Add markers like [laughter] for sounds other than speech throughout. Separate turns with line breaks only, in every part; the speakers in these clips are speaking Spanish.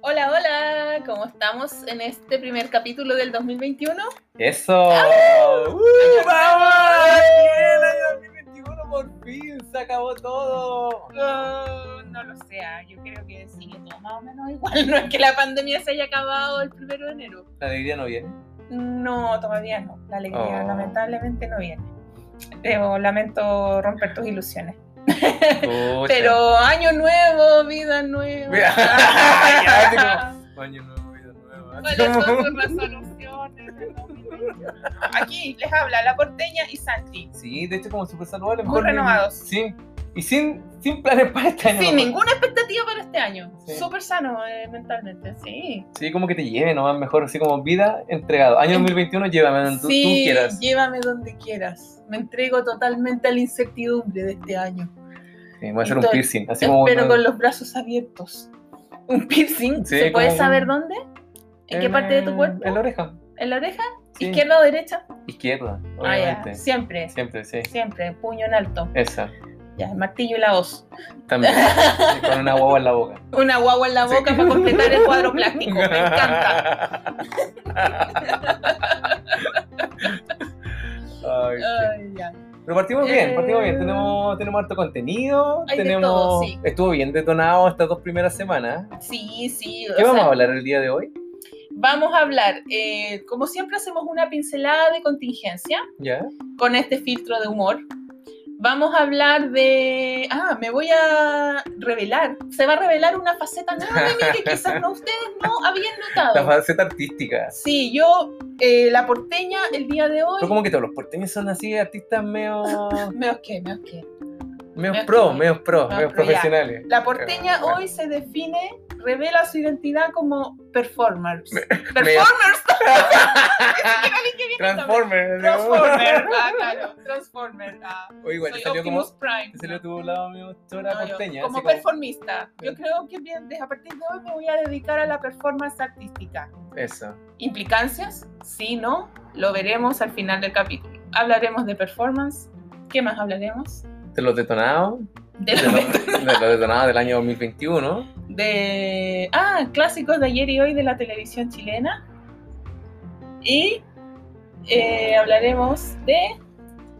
Hola, hola, ¿cómo estamos en este primer capítulo del 2021?
¡Eso!
¡Au!
¡Uh!
¡Ay,
¡Vamos!
ay!
¡Bien, el año 2021 por fin! ¡Se acabó todo!
Oh, no lo sé, ah, yo creo que sigue todo más o menos igual. [laughs] No es que la pandemia se haya acabado el primero de enero.
La alegría no viene.
No, todavía no. La alegría
Oh.
lamentablemente no viene. Pero lamento romper tus ilusiones.
Pucha.
Pero año nuevo, vida nueva. [laughs]
Mira, ya, Año nuevo, vida nueva.
¿Cuáles son tus resoluciones? del 2021? Aquí les habla la porteña y Santi.
Sí, de hecho, como súper saludable.
Muy renovados.
Sí. Y sin, sin planes para este año.
Sin
¿no?
ninguna expectativa para este año.
Sí.
Súper sano eh, mentalmente, sí.
Sí, como que te lleve nomás mejor, así como vida entregado. Año 2021, llévame donde tú, tú
sí,
quieras.
llévame donde quieras. Me entrego totalmente a la incertidumbre de este año.
Sí, voy a hacer un
Entonces,
piercing, así como.
Espero con los brazos abiertos. ¿Un piercing?
Sí,
¿Se puede
como un-
saber dónde? ¿En qué parte de tu cuerpo?
En la oreja.
¿En la oreja?
Sí.
¿Izquierda o derecha?
Izquierda,
Ah, ya.
obviamente.
Siempre,
Siempre, sí.
siempre. Puño en alto.
Esa,
Ya, el martillo y la hoz.
también. Sí, con una guagua en la boca.
Una guagua en la
Sí.
boca para completar el cuadro plástico. Me
[laughs]
encanta.
Ay, sí.
Ay, ya.
Pero partimos bien, partimos bien.
Eh.
Tenemos, tenemos harto contenido.
Hay de
tenemos,
todo, sí.
Estuvo bien detonado estas dos primeras semanas.
Sí, sí. o
¿Qué vamos
sea,
a hablar el día de hoy?
Vamos a hablar, eh, como siempre hacemos una pincelada de contingencia
¿Ya?
con este filtro de humor. Vamos a hablar de... Ah, me voy a revelar. Se va a revelar una
[laughs]
faceta nueva de mí que quizás no ustedes no habían
La
notado.
faceta artística.
Sí, yo, eh, la porteña, el día de hoy...
Pero como que todos los porteños son así, artistas medio,
Me osqué, me osqué.
medio pro, medio pro,
No, pero
medio
ya.
profesionales.
La porteña
Ah, Bueno.
hoy se define, revela su identidad como performers.
medio-
¡Performers!
Transformers. [laughs]
Transformer, ah, claro, Transformer. ah.
O igual, te
Soy
salió como,
Optimus Prime.
te salió tu lado medio chora
No, yo,
porteña.
como
así como-
performista. Yo creo que bien, desde a partir de hoy me voy a dedicar a la performance artística.
Eso.
¿Implicancias? Sí, no. Lo veremos al final del capítulo. Hablaremos de performance. ¿Qué más hablaremos?
De los detonados.
[laughs] De,
De los, de los detonados del año 2021.
de- Ah, clásicos de ayer y hoy de la televisión chilena. Y eh, hablaremos de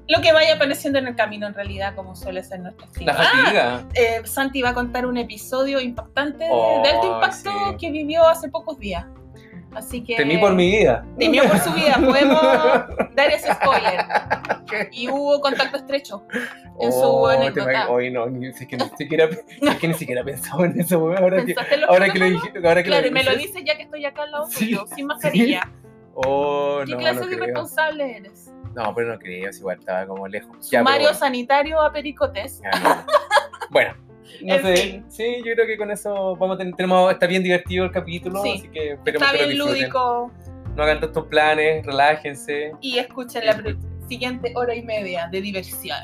lo que vaya apareciendo en el camino, en realidad, como suele ser nuestro estilo.
La
Ah,
fatiga.
eh, Santi va a contar un episodio impactante de-
Oh,
de alto impacto
sí.
que vivió hace pocos días. Así que.
Temí por mi vida.
Temió por su vida,
[laughs]
podemos dar ese spoiler. Y hubo contacto estrecho. en su anécdota.
Oh, te imag- Hoy no, ni, si es, que ni siquiera, es que ni siquiera pensaba en eso, weón. Ahora que,
¿Pensaste en los
ahora que lo
protocolos?
dijiste. Ahora que
Claro, y me lo
dices.
dices ya que estoy acá al lado
Sí.
tuyo, sin mascarilla.
Oh,
¿Qué
no,
clase
no
de
creo.
irresponsable eres?
No, pero no creo, es igual, estaba como lejos. Ya, pero
Sumario
bueno.
sanitario a pericotes.
Ah, no.
[laughs]
Bueno, no
En
sé.
fin.
Sí, yo creo que con eso vamos a tener, tenemos, está bien divertido el capítulo,
Sí.
así que esperemos
Está
que lo
bien
disfruten.
lúdico.
No hagan tantos planes, relájense.
Y escuchen la pr- siguiente hora y media de diversión.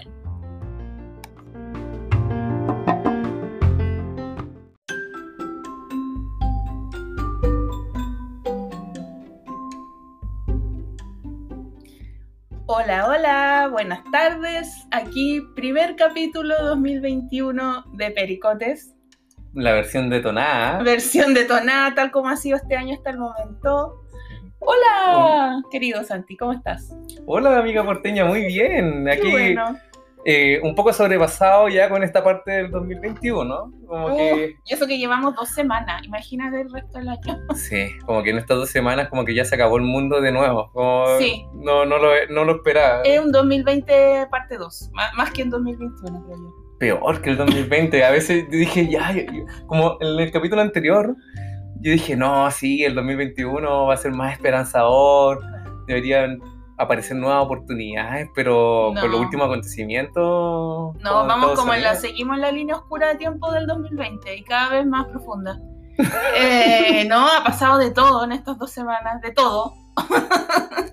Hola, hola, buenas tardes. Aquí primer capítulo 2021 de Pericotes,
La versión detonada.
versión detonada tal como ha sido este año hasta el momento. Hola, querido Santi, ¿cómo estás?
Hola, amiga porteña, muy bien.
Qué
Aquí
bueno.
eh, un poco sobrepasado ya con esta parte del 2021, ¿no? Como que.
Uh, y eso que llevamos dos semanas, imagínate el resto del año.
Sí, como que en estas dos semanas, como que ya se acabó el mundo de nuevo. Como
Sí. Eh,
No, no, lo, no lo esperaba.
Es un 2020 parte 2, má- más que en 2021, creo yo.
Peor que el 2020. A veces yo dije, ya, yo- yo- como en el capítulo anterior, yo dije, no, sí, el 2021 va a ser más esperanzador, deberían aparecer nuevas oportunidades, pero
No.
por los últimos acontecimientos.
No, vamos
todo
como en la,
salió.
seguimos en la línea oscura de tiempo del 2020 y cada vez más profunda. [laughs] Eh, no, ha pasado de todo en estas dos semanas, de todo.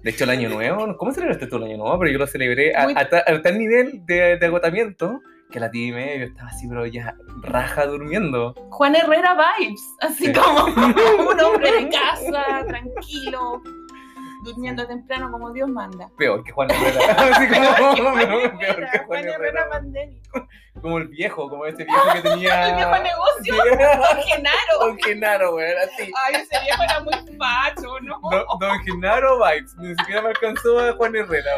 De hecho, el año nuevo, ¿cómo celebraste tú el año nuevo? Pero yo lo celebré a,
Muy-
a ta- a tal nivel de, de agotamiento que a las 10 y media yo estaba así, pero ya raja durmiendo.
Juan
[laughs]
Herrera vibes, así
Sí.
como un hombre de casa, tranquilo, durmiendo temprano como Dios manda.
Peor que Juan Herrera. [laughs] Así
Qué [laughs]
[laughs] como,
buena
peor que
Herrera,
Juan
Juan
Herrera. Ah.
Herrera pandémico.
Como el viejo, como ese viejo que
[laughs]
tenía.
El viejo negocio,
Sí.
Don Genaro.
[laughs] Don Genaro, weón, así.
Ay, ese viejo era muy facho, ¿no?
Don, Don Genaro Vibes. Ni siquiera me alcanzó a Juan Herrera,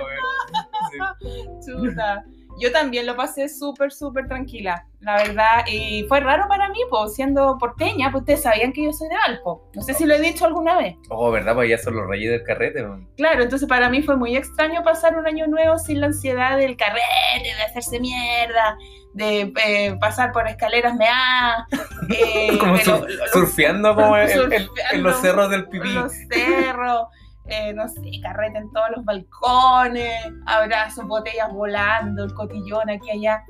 weón.
Chuta. Yo también lo pasé súper, súper tranquila, la verdad. Y fue raro para mí, pues, siendo porteña, pues ustedes sabían que yo soy de Valpo. No sé si lo he dicho alguna vez.
Sí. Oh, ¿verdad? Pues ya son los reyes del carrete, weón.
Claro, entonces para mí fue muy extraño pasar un año nuevo sin la ansiedad del carrete, de hacerse mierda, de eh, pasar por escaleras
[laughs]
mea, eh,
Como
pero-
sur- surfeando como en, en- en los
Surfeando.
cerros del pipí.
los cerros, eh, no sé, carrete en todos los balcones, abrazos, botellas volando, el cotillón aquí allá.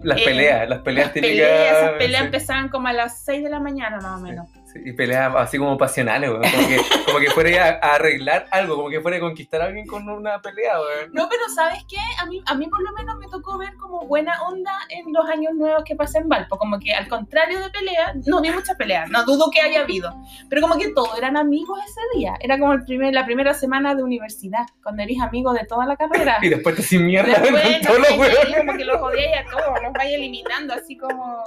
Las
eh,
peleas, las peleas típicas.
Peleas, esas peleas
sí.
empezaban como a las 6 de la mañana más o menos.
Sí, y peleas así como pasionales, weón. Como que, como que fuera a, a arreglar algo, como que fuera a conquistar a alguien con una pelea, weón.
No, pero ¿sabes qué? A mí, a mí por lo menos me tocó ver como buena onda en los años nuevos que pasé en Valpo. Como que al contrario de peleas, no vi muchas peleas, no dudo que haya habido. Pero como que todos eran amigos ese día. Era como el primer, la primera semana de universidad, cuando eres amigo de toda la carrera.
Y después te sin [laughs] mierda
Después,
con
no
todos los
sé,
weones.
ahí Como que los odiáis a todos, los vais eliminando así como,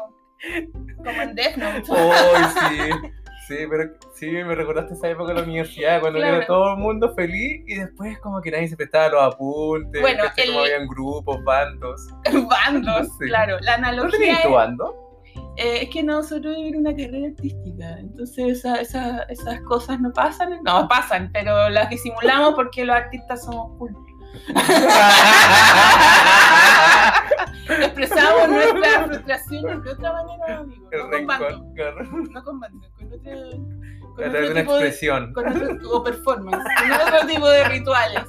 como en Death
[laughs]
Note. [laughs]
Ay, sí. Sí, pero sí, me recordaste esa época de la universidad, cuando
Claro.
era todo el mundo feliz y después como que nadie se prestaba los apuntes,
Bueno,
¿cachai? como
el-
habían grupos, bandos.
Bandos,
Sí.
claro. La
¿No
analogía
tenías
es, [laughs]
tu bando?
eh, es que nosotros vivimos una carrera artística, entonces esa- esa- esas cosas no pasan, no pasan, pero las disimulamos porque los artistas somos cool. Expresamos
[laughs]
nuestras frustraciones de otra manera, amigo.
El
No con bandos,
rencor, claro,
no con bandos, con otro, con
a
otro
través de una
tipo de-
expresión.
con otro, o performance, con otro tipo de rituales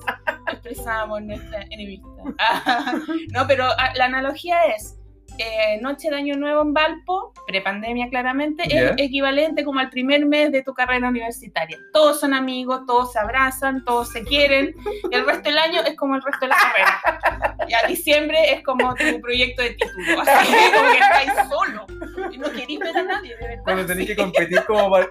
expresamos nuestra enemistad. [laughs] no, pero ah, la analogía es eh, noche de año nuevo en Valpo, prepandemia claramente,
Ya.
es equivalente como al primer mes de tu carrera universitaria. Todos son amigos, todos se abrazan, todos se quieren, y el resto del año es como el resto de la carrera. Y a diciembre es como tu proyecto de título, [laughs] así que como que estáis solo y no queréis ver a nadie, de verdad.
Cuando tenés que competir como para,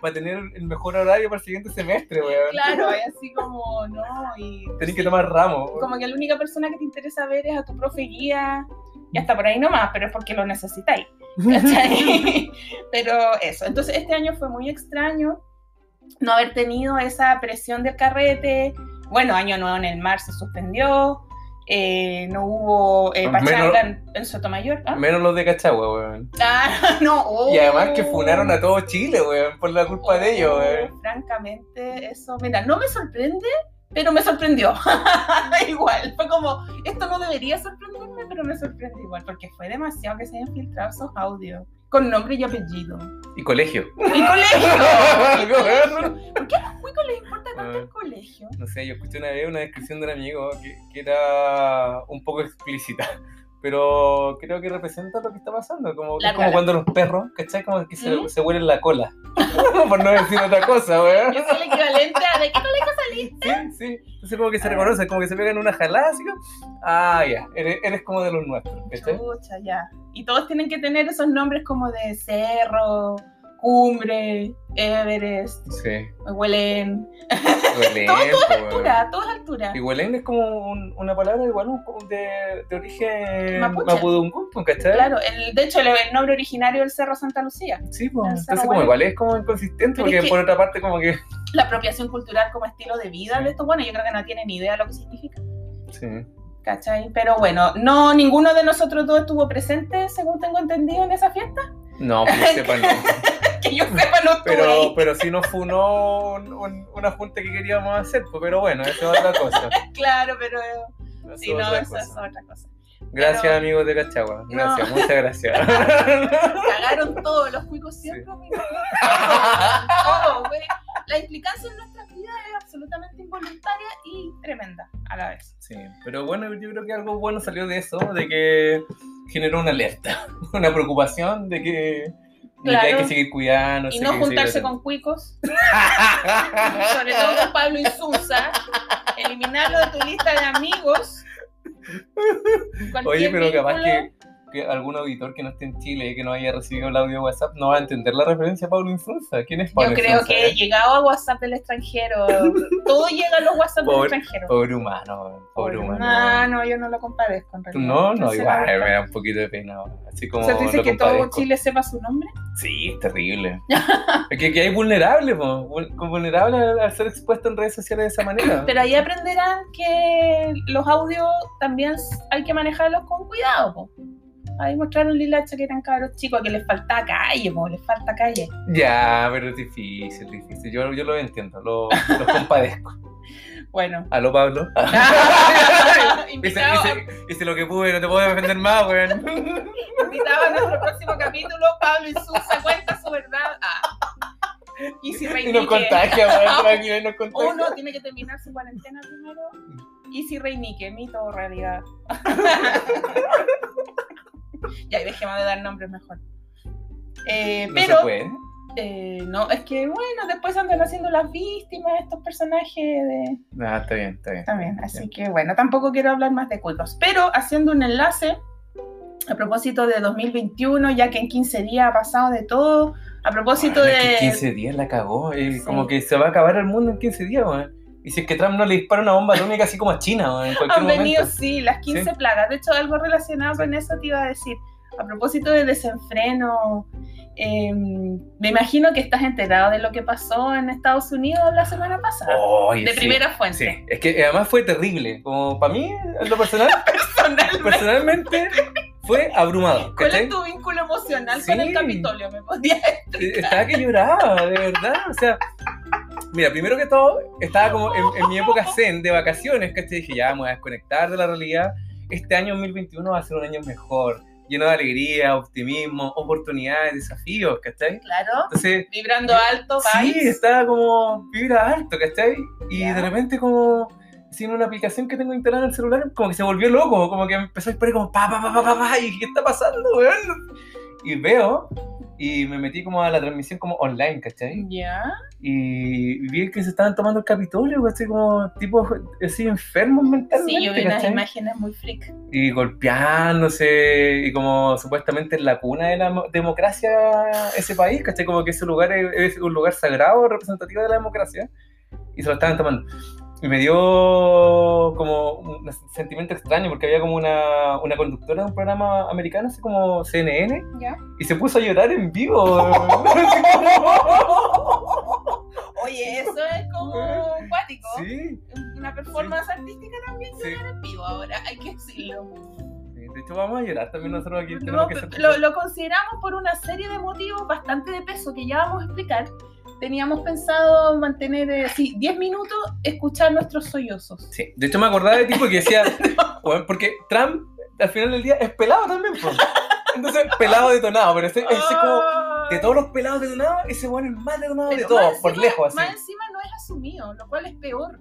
para tener el mejor horario para el siguiente semestre, weón.
Claro, es así como, no, y
Tenés que tomar ramos.
como que la única persona que te interesa ver es a tu profe guía y hasta por ahí nomás, pero es porque lo necesitáis. [laughs]
[laughs]
¿cachai? pero eso, entonces este año fue muy extraño no haber tenido esa presión del carrete. Bueno, año nuevo en el mar se suspendió, eh, no hubo eh,
Menos-
pachanga en, en Sotomayor. ¿ah?
Menos los de Cachagua, weón.
Ah, [laughs] no, oh.
Y además que funaron a todo Chile, weón, por eh. la culpa de ellos, weón.
Oh, Francamente, eso, mira, no me sorprende, pero me sorprendió. [laughs] igual, fue como, esto no debería sorprenderme, pero me sorprende igual, porque fue demasiado que se hayan filtrado esos audios con nombre y apellido.
Y colegio.
¡Mi
[laughs]
colegio! ¡Mi colegio! ¿Por qué a los cuicos les importa tanto
Ah.
el colegio?
No sé, yo escuché una vez una descripción de un amigo que, que era un poco explícita, [laughs] pero creo que representa lo que está pasando. Como,
La
es como
cola.
cuando los perros, ¿cachai? Como que se,
¿Mm?
se huelen la cola. [laughs] Por no decir otra cosa, weón.
Es el equivalente a de qué colegio
Sí, sí. Entonces como que se reconocen, como que se pegan una jalada, así como, ah, ya, eres, eres como de los nuestros, [laughs] ¿cachai?
Chucha, ya. Y todos tienen que tener esos nombres como de cerro, cumbre, Everest,
Sí.
Huelen.
Huelen,
Altura, todo es altura.
Y huelen es como un- una palabra igual un- un de, de origen
Mapuche.
mapudungun, ¿cachai?
Claro, el, de hecho, el, el nombre originario del Cerro Santa Lucía.
Sí, pues.
Lanzar
Entonces, como
abuelo.
igual es como inconsistente,
Pero
porque
es que-
por otra parte, como que.
La apropiación cultural como estilo de vida
Sí.
de esto, bueno, yo creo que no tienen ni idea de lo que significa.
Sí.
¿Cachai? Pero bueno, no, ninguno de nosotros dos estuvo presente, según tengo entendido, en esa fiesta. [laughs]
No, pues sepa, no.
Que yo sepa, no estuve
Mm. Pero, pues,
ahí.
pero sí nos funó un- un- una junta que queríamos hacer, pues, pero bueno, eso es otra cosa.
[laughs] Claro, pero
Eso
si
es
no,
otra
eso
cosa.
es otra cosa.
Gracias,
pero-
amigos de Cachagua. Gracias,
No. [laughs]
muchas gracias.
Cagaron todos los cuicos siempre.
Sí.
amigo. Todo, todo, güey. La implicancia en nuestras vidas es absolutamente involuntaria y tremenda a la vez.
Sí, pero bueno, yo creo que algo bueno salió de eso, de que generó una alerta, [laughs] una preocupación de que, de que hay
Claro.
que seguir cuidando.
Y
sí,
no
que
juntarse
seguir-
con cuicos.
[laughs]
sobre todo con Pablo Insunza, eliminarlo de tu lista de amigos. Cualquier
Oye, pero capaz
vínculo,
que que algún auditor que no esté en Chile y que no haya recibido el audio de WhatsApp no va a entender la referencia a Pablo Infrunza. ¿Quién es Pablo
Yo creo
Infrunza,
que he
eh?
llegado a WhatsApp del extranjero. Todo llega a los WhatsApp del
Pobre-
extranjero.
Pobre humano, pobre humano.
No, no, yo no lo compadezco en realidad.
No, no,
Entonces,
igual,
la-
me da un poquito de pena. bueno. Así como
O sea, tú dices
lo
que todo
compadezco.
Chile sepa su nombre.
Sí,
[laughs]
es terrible. es que, que hay vulnerable, po, vul- vulnerable al, al ser expuesto en redes sociales de esa manera.
Pero ahí aprenderán que los audios también s- hay que manejarlos con cuidado. po. Ahí mostraron Lilacha que eran cabros chicos, que les falta calle, po, les falta calle.
Ya, pero es difícil, difícil. Yo, yo lo entiendo, lo, lo compadezco. [laughs]
Bueno. [laughs]
Aló, Pablo. Hice,
invitado,
hice- hice lo que pude, no te puedo defender más, weón.
invitado a nuestro próximo capítulo, Pablo y Susa, cuenta su verdad. Ah. Y si
[laughs] Y nos
reinique,
contagia, weón, tranquilo, y nos contagia.
[laughs] uno tiene que terminar su cuarentena primero. Y si reinique, mito o realidad. [laughs] ya, y dejemos de dar nombres mejor. Eh,
No
pero
se puede.
Eh, no, es que bueno, después andan haciendo las víctimas estos personajes de...
No, Ah, está bien, está bien.
también. Así que bueno, tampoco quiero hablar más de cuicos, pero haciendo un enlace a propósito de 2021, ya que en 15 días ha pasado de todo, a propósito
Bueno, es que
de...
15 días la cagó. él
Sí.
Como que se va a acabar el mundo en 15 días, weón. Y si es que Trump no le dispara una bomba atómica así como a China, weón, en cualquier
Han venido,
momento.
sí, las 15 plagas. De hecho, algo relacionado con eso te iba a decir. A propósito de desenfreno, eh, me imagino que estás enterado de lo que pasó en Estados Unidos la semana pasada.
Oye,
de
Oh, sí,
primera fuente. [laughs]
Sí, es que eh, además fue terrible. Como para mí, en lo personal, personalmente fue abrumado.
¿Cuál
¿cachai?
es tu vínculo emocional con
Sí.
el Capitolio? ¿Me podías
Eh, Estaba que lloraba, de verdad. O sea, mira, primero que todo, estaba como en, en mi época zen de vacaciones, que dije, ya, me voy a desconectar de la realidad. Este año 2021 va a ser un año mejor, lleno de alegría, optimismo, oportunidades, desafíos, ¿cachai?
Claro,
Entonces,
vibrando alto,
sí,
vibes.
estaba como vibra alto, ¿cachai? Y
Ya.
de repente como sin una aplicación que tengo instalada en el celular, como que se volvió loco, como que empezó a disparar como pa, pa, pa, pa, pa, pa, y ¿qué está pasando, weón? Y veo, y me metí como a la transmisión como online, ¿cachai?
Ya.
Y vi que se estaban tomando el Capitolio, así como tipos así enfermos mentalmente,
Sí, yo vi unas
¿cachai?
imágenes muy freak.
Y golpeándose, y como supuestamente en la cuna de la mo- democracia ese país, ¿cachai? Como que ese lugar es, es un lugar sagrado, representativo de la democracia, y se lo estaban tomando. Y me dio como un sentimiento extraño, porque había como una, una conductora de un programa americano, así como CNN,
¿Ya?
y se puso a llorar en vivo. [laughs]
Oye, eso es como cuático.
[laughs] sí,
Una performance artística
sí.
en vivo ahora, hay que decirlo.
De hecho, vamos a llorar también nosotros aquí.
No,
tenemos que ser-
lo, lo consideramos por una serie de motivos bastante de peso que ya vamos a explicar. Teníamos pensado mantener, eh, sí, 10 minutos, escuchar nuestros sollozos.
Sí, de hecho me acordaba de ti
[laughs]
porque decía, "Weón, porque Trump al final del día es pelado también, po". Entonces, pelado detonado, pero ese, ese como,
Ah.
de todos los pelados detonados, ese weón es el más detonado de
Pero
todos,
más
por
encima-
lejos,
Más
así.
encima no es asumido, lo cual es peor.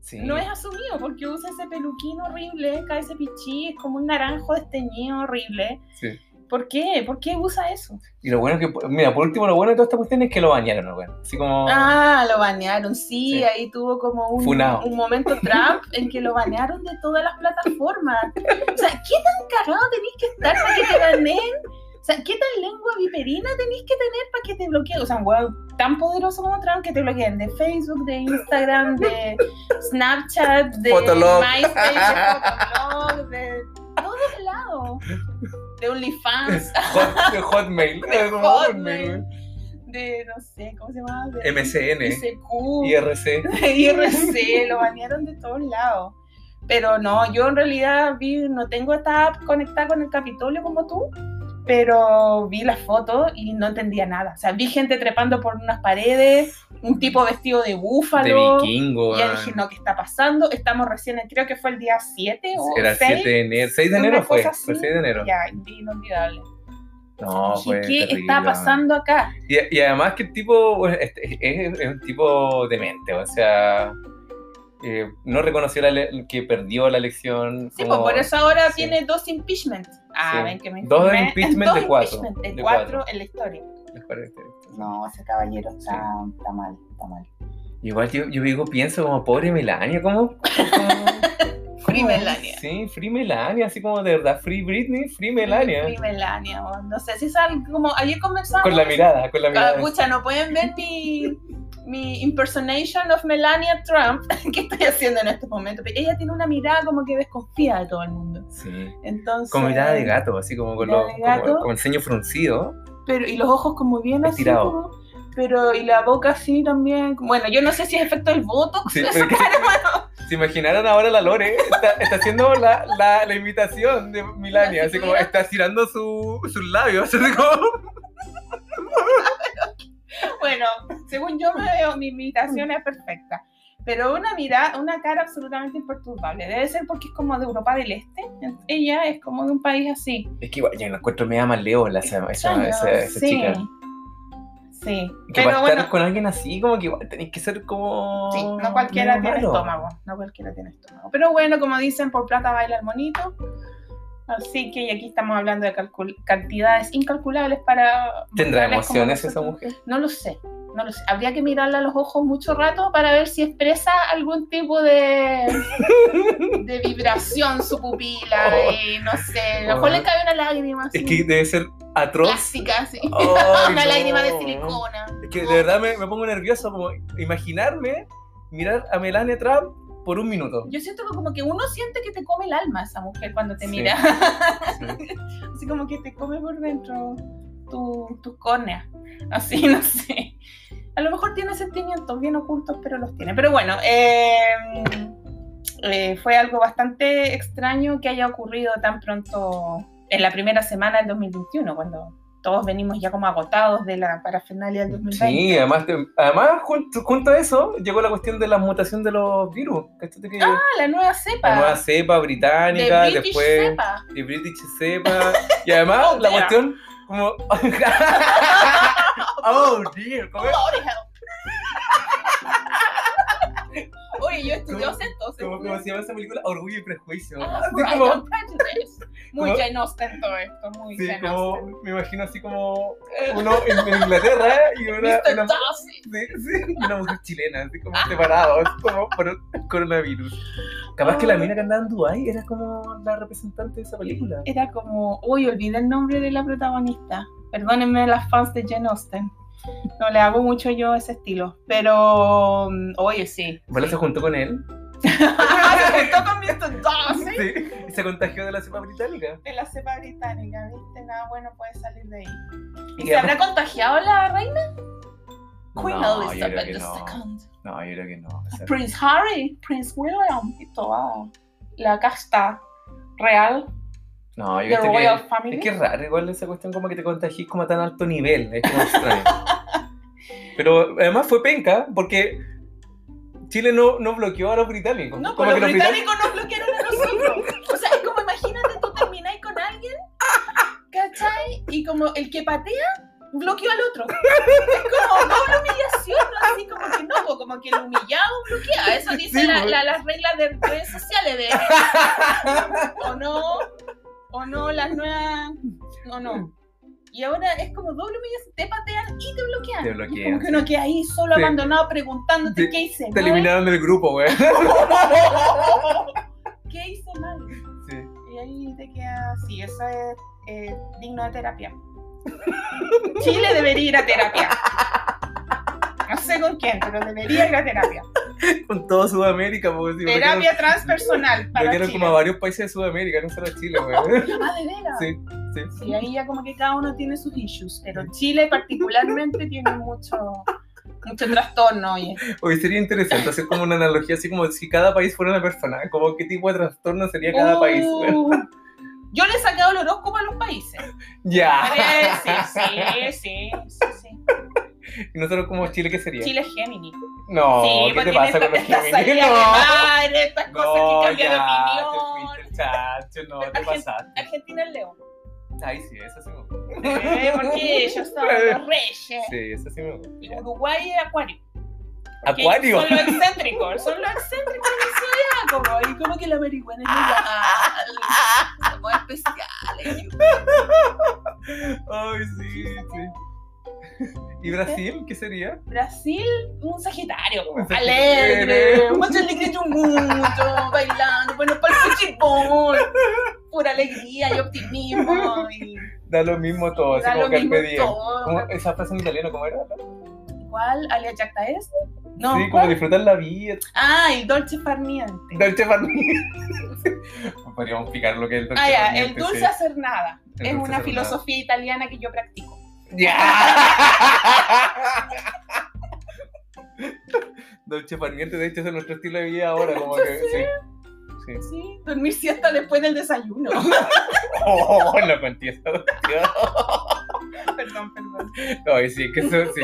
Sí.
No es asumido porque usa ese peluquín horrible, cae ese pichí, es como un naranjo desteñido horrible.
Sí.
¿Por qué? ¿Por qué usa eso?
Y lo bueno es que, mira, por último, lo bueno de toda esta cuestión es que lo bañaron, ¿no, weón. Así como,
Ah, lo banearon, sí,
Sí.
ahí tuvo como un,
Funao.
un momento Trump en que lo banearon de todas las plataformas. O sea, ¿qué tan cagado tenés que estar para que te baneen? O sea, ¿qué tan lengua viperina tenés que tener para que te bloqueen? O sea, un weón tan poderoso como Trump que te bloqueen de Facebook, de Instagram, de Snapchat, de
Fotolog.
MySpace, de Fotolog, de todos lados. De OnlyFans, [laughs]
hot- de Hotmail.
De
Como
[laughs] Hotmail.
weón.
de no sé, ¿cómo se llama? De
MSN,
ICQ.
IRC.
IRC, lo banearon de todos lados. Pero no, yo en realidad vi, no tengo esta app conectada con el Capitolio como tú, pero vi las fotos y no entendía nada. O sea, vi gente trepando por unas paredes, un tipo vestido de
De
búfalo.
vikingo,
y ya
weón.
dije, no, ¿qué está pasando? Estamos recién, creo que fue el día 7 o
Era el
6.
7 de enero. 6 de
una
enero fue.
cosa así.
Fue 6 de enero.
Ya, inolvidable.
No,
dije,
fue.
¿qué
terrible,
está
weón.
pasando acá?
Y, y además que el tipo bueno, es, es- es un tipo demente, o sea, eh, no reconoció la ele- que perdió la elección.
Sí, pues
como-
por eso ahora
sí.
tiene dos impeachment. Ah,
Sí.
ven que me
Dos
informé.
impeachment
Dos
de cuatro,
impeachment de
de
cuatro
cuatro.
en la historia.
me parece.
No, ese caballero
está-
está mal, está mal.
Igual yo, yo digo, pienso como, pobre Melania, como... como- como
[laughs] Free Melania.
Sí, Free Melania, así como de verdad, Free Britney, Free Melania.
Free Melania, weón. no sé si es algo como ayer conversamos.
Con la mirada, con la
Ah,
mirada.
pucha, no pueden ver mi, mi impersonation of Melania Trump [laughs] que estoy haciendo en estos momentos. Pero ella tiene una mirada como que desconfía de todo el mundo.
Sí.
Entonces,
Con mirada de gato, así como con,
Mirada
los-
de gato.
como- con el ceño fruncido.
Pero, y los ojos como bien así.
Estirado.
como- pero, y la boca así también. Bueno, yo no sé si es efecto del botox.
[laughs] Sí,
esa
pero que-
cara, bueno.
¿Se imaginaron ahora la Lore? Está, está haciendo la, la, la imitación de Melania, así como está estirando su, sus labios, así como...
Bueno, según yo me veo, mi imitación es perfecta. Pero una mirada, una cara absolutamente imperturbable. Debe ser porque es como de Europa del Este. Ella es como de un país así.
[laughs] Es que igual, yo la encuentro media más leola esa, esa, esa, esa
sí.
chica.
Sí,
Que para
pero
estar
bueno,
con alguien así, como que igual tenéis que ser como...
sí, no cualquiera
medio
tiene
malo.
estómago, no cualquiera tiene estómago. Pero bueno, como dicen, por plata baila el monito. Así que y aquí estamos hablando de calcul- cantidades incalculables para...
¿Tendrá
vocales como
emociones esa
nosotros.
mujer?
No lo sé, no lo sé. Habría que mirarla a los ojos mucho rato para ver si expresa algún tipo de,
[laughs]
de vibración su pupila
Oh.
y no sé, a lo mejor le cae una lágrima así,
Es que debe ser atroz.
plástica así.
[laughs] Ay,
una
no.
lágrima de silicona.
Es que de verdad me, me pongo nervioso como imaginarme mirar a Melania Trump por un minuto.
Yo siento que como que uno siente que te come el alma esa mujer cuando te
Sí.
mira.
Sí.
[laughs] Así como que te come por dentro tu- tus córneas. Así, [laughs] no sé. A lo mejor tiene sentimientos bien ocultos, pero los tiene. Pero bueno, eh, eh, fue algo bastante extraño que haya ocurrido tan pronto en la primera semana del 2021, cuando todos venimos ya como agotados de la parafernalia del 2020.
Sí, además, te- además junto, junto a eso llegó la cuestión de la mutación de los virus. ¿Cachate que
Ah, la nueva cepa.
la nueva cepa británica,
de British
después
cepa.
de British cepa. y además
[laughs] Oh,
la
dear.
cuestión
[laughs]
como... [laughs] oh, dear. ¿cómo es?
Bloody hell. [laughs] Oye, yo estudioso entonces.
¿Cómo, cómo se llama esa película? Orgullo y prejuicio.
Ah,
Así
Pride
como-
and Prejudice. Muy
como-
Jane Austen todo esto, muy
Sí,
Jane
como,
Austen.
me imagino así como uno en, en Inglaterra y una,
Mr.
una-
Darcy.
sí, sí, y una mujer chilena, así como separados, como por el coronavirus. Capaz que la
Ah.
mina que andaba en Dubái era como la representante de esa película.
Era como, uy, olvidé el nombre de la protagonista. Perdónenme las fans de Jane Austen. No le hago mucho yo ese estilo. Pero, mm, oye, sí.
Bueno, se juntó con él.
[laughs] Se juntó con [laughs] Mr. Darcy.
Sí. Y se contagió de la cepa británica.
De la cepa británica, ¿viste? Nada bueno puede salir de ahí. ¿Y
Y
se habrá
además-
contagiado la reina? Queen
No, yo creo
Elizabeth
que no.
II.
No, yo creo que no. O sea,
Prince Harry, Prince William y toda la casta real
no, yo
de
creo
Royal
que.
Family.
Es que es raro, igual esa cuestión como que te contagís como a tan alto nivel, es
[laughs]
como extraño. Pero además fue penca, porque Chile no, no bloqueó a los británicos.
No,
Como
pero
que
los británicos nos bloquearon a nosotros. O sea, es como imagínate tú termináis con alguien, ¿cachai? Y como el que patea bloqueó al otro. Es como doble humillación, ¿no? así como que no, po, como que el humillado bloquea. Eso dicen
Sí,
la-
pues.
la- las reglas de redes sociales de
[laughs]
o no, o no, las nuevas, o no. Y ahora es como doble humillación, te patean y te bloquean.
Te
Y es
bloquean,
como que uno queda ahí solo
Sí.
abandonado preguntándote
Sí,
qué hice
Te
mal,
eliminaron del grupo, güey.
[laughs] qué hice mal.
Sí.
Y ahí te queda, sí, eso es eh, digno de
[laughs]
terapia. Chile debería ir a terapia. No sé con quién, pero debería ir a terapia.
Con todo Sudamérica, porque si
Terapia transpersonal para
bloquearon
Chile.
como a varios países de Sudamérica, no solo a Chile,
[laughs]
güey.
Ah, de veras.
Sí, sí.
Sí, ahí ya como que cada uno tiene sus issues, pero Chile particularmente tiene mucho, mucho trastorno, oye.
Hoy sería interesante hacer como una analogía, así como si cada país fuera una persona, como qué tipo de trastorno sería cada país, güey.
Uh, Yo le he sacado el horóscopo a los
[laughs]
países.
Ya.
Sí, sí, sí, sí, sí.
Y nosotros como Chile, ¿qué sería?
Chile es Géminis.
No,
pues
¿qué te pasa con los
[laughs]
Géminis? No,
madre, estas cosas
no,
que cambian
ya,
de
te
opinión.
fuiste, chacho, no, te
Argen-
pasaste.
Argentina es León.
Ay, sí, eso sí me gusta.
Eh, porque ellos
[laughs]
son los reyes.
Sí, eso sí me gusta.
Y
ya.
Uruguay es Acuario. que
Acuario.
Son los excéntricos, son los excéntricos del zodiaco. Y como que la marihuana es
Ah,
legal. Somos especiales.
Ay, sí, sí. ¿Y Brasil? ¿Qué sería?
Brasil, un sagitario,
Un sagitario.
alegre, mucha alegría y un mundo, bailando, bueno, para el chipón, pura alegría y optimismo. Y
Da lo mismo todo, así
da
como
lo mismo
Carpe Diem.
todo.
¿Cómo- esa frase en italiano, ¿cómo era?
¿Cuál? ¿Alia Jacta es? No,
sí, como
¿cuál?
disfrutar la vida.
Ah, el dulce farniente.
Dolce Farniente. [laughs] Podríamos explicar lo que es el Dolce
ah, ya,
Farniente,
el dulce
sí.
hacer nada.
El
es
dulce
una
hacer
filosofía italiana que yo practico.
¡Ya! [laughs] Dolce Farniente, de hecho, ese es nuestro estilo de vida ahora, como que sí. Sí.
Sí, dormir siesta después del
[laughs]
desayuno. [laughs]
Oh, la cuantía está hostia.
perdón, perdón.
No, y sí, que eso sí.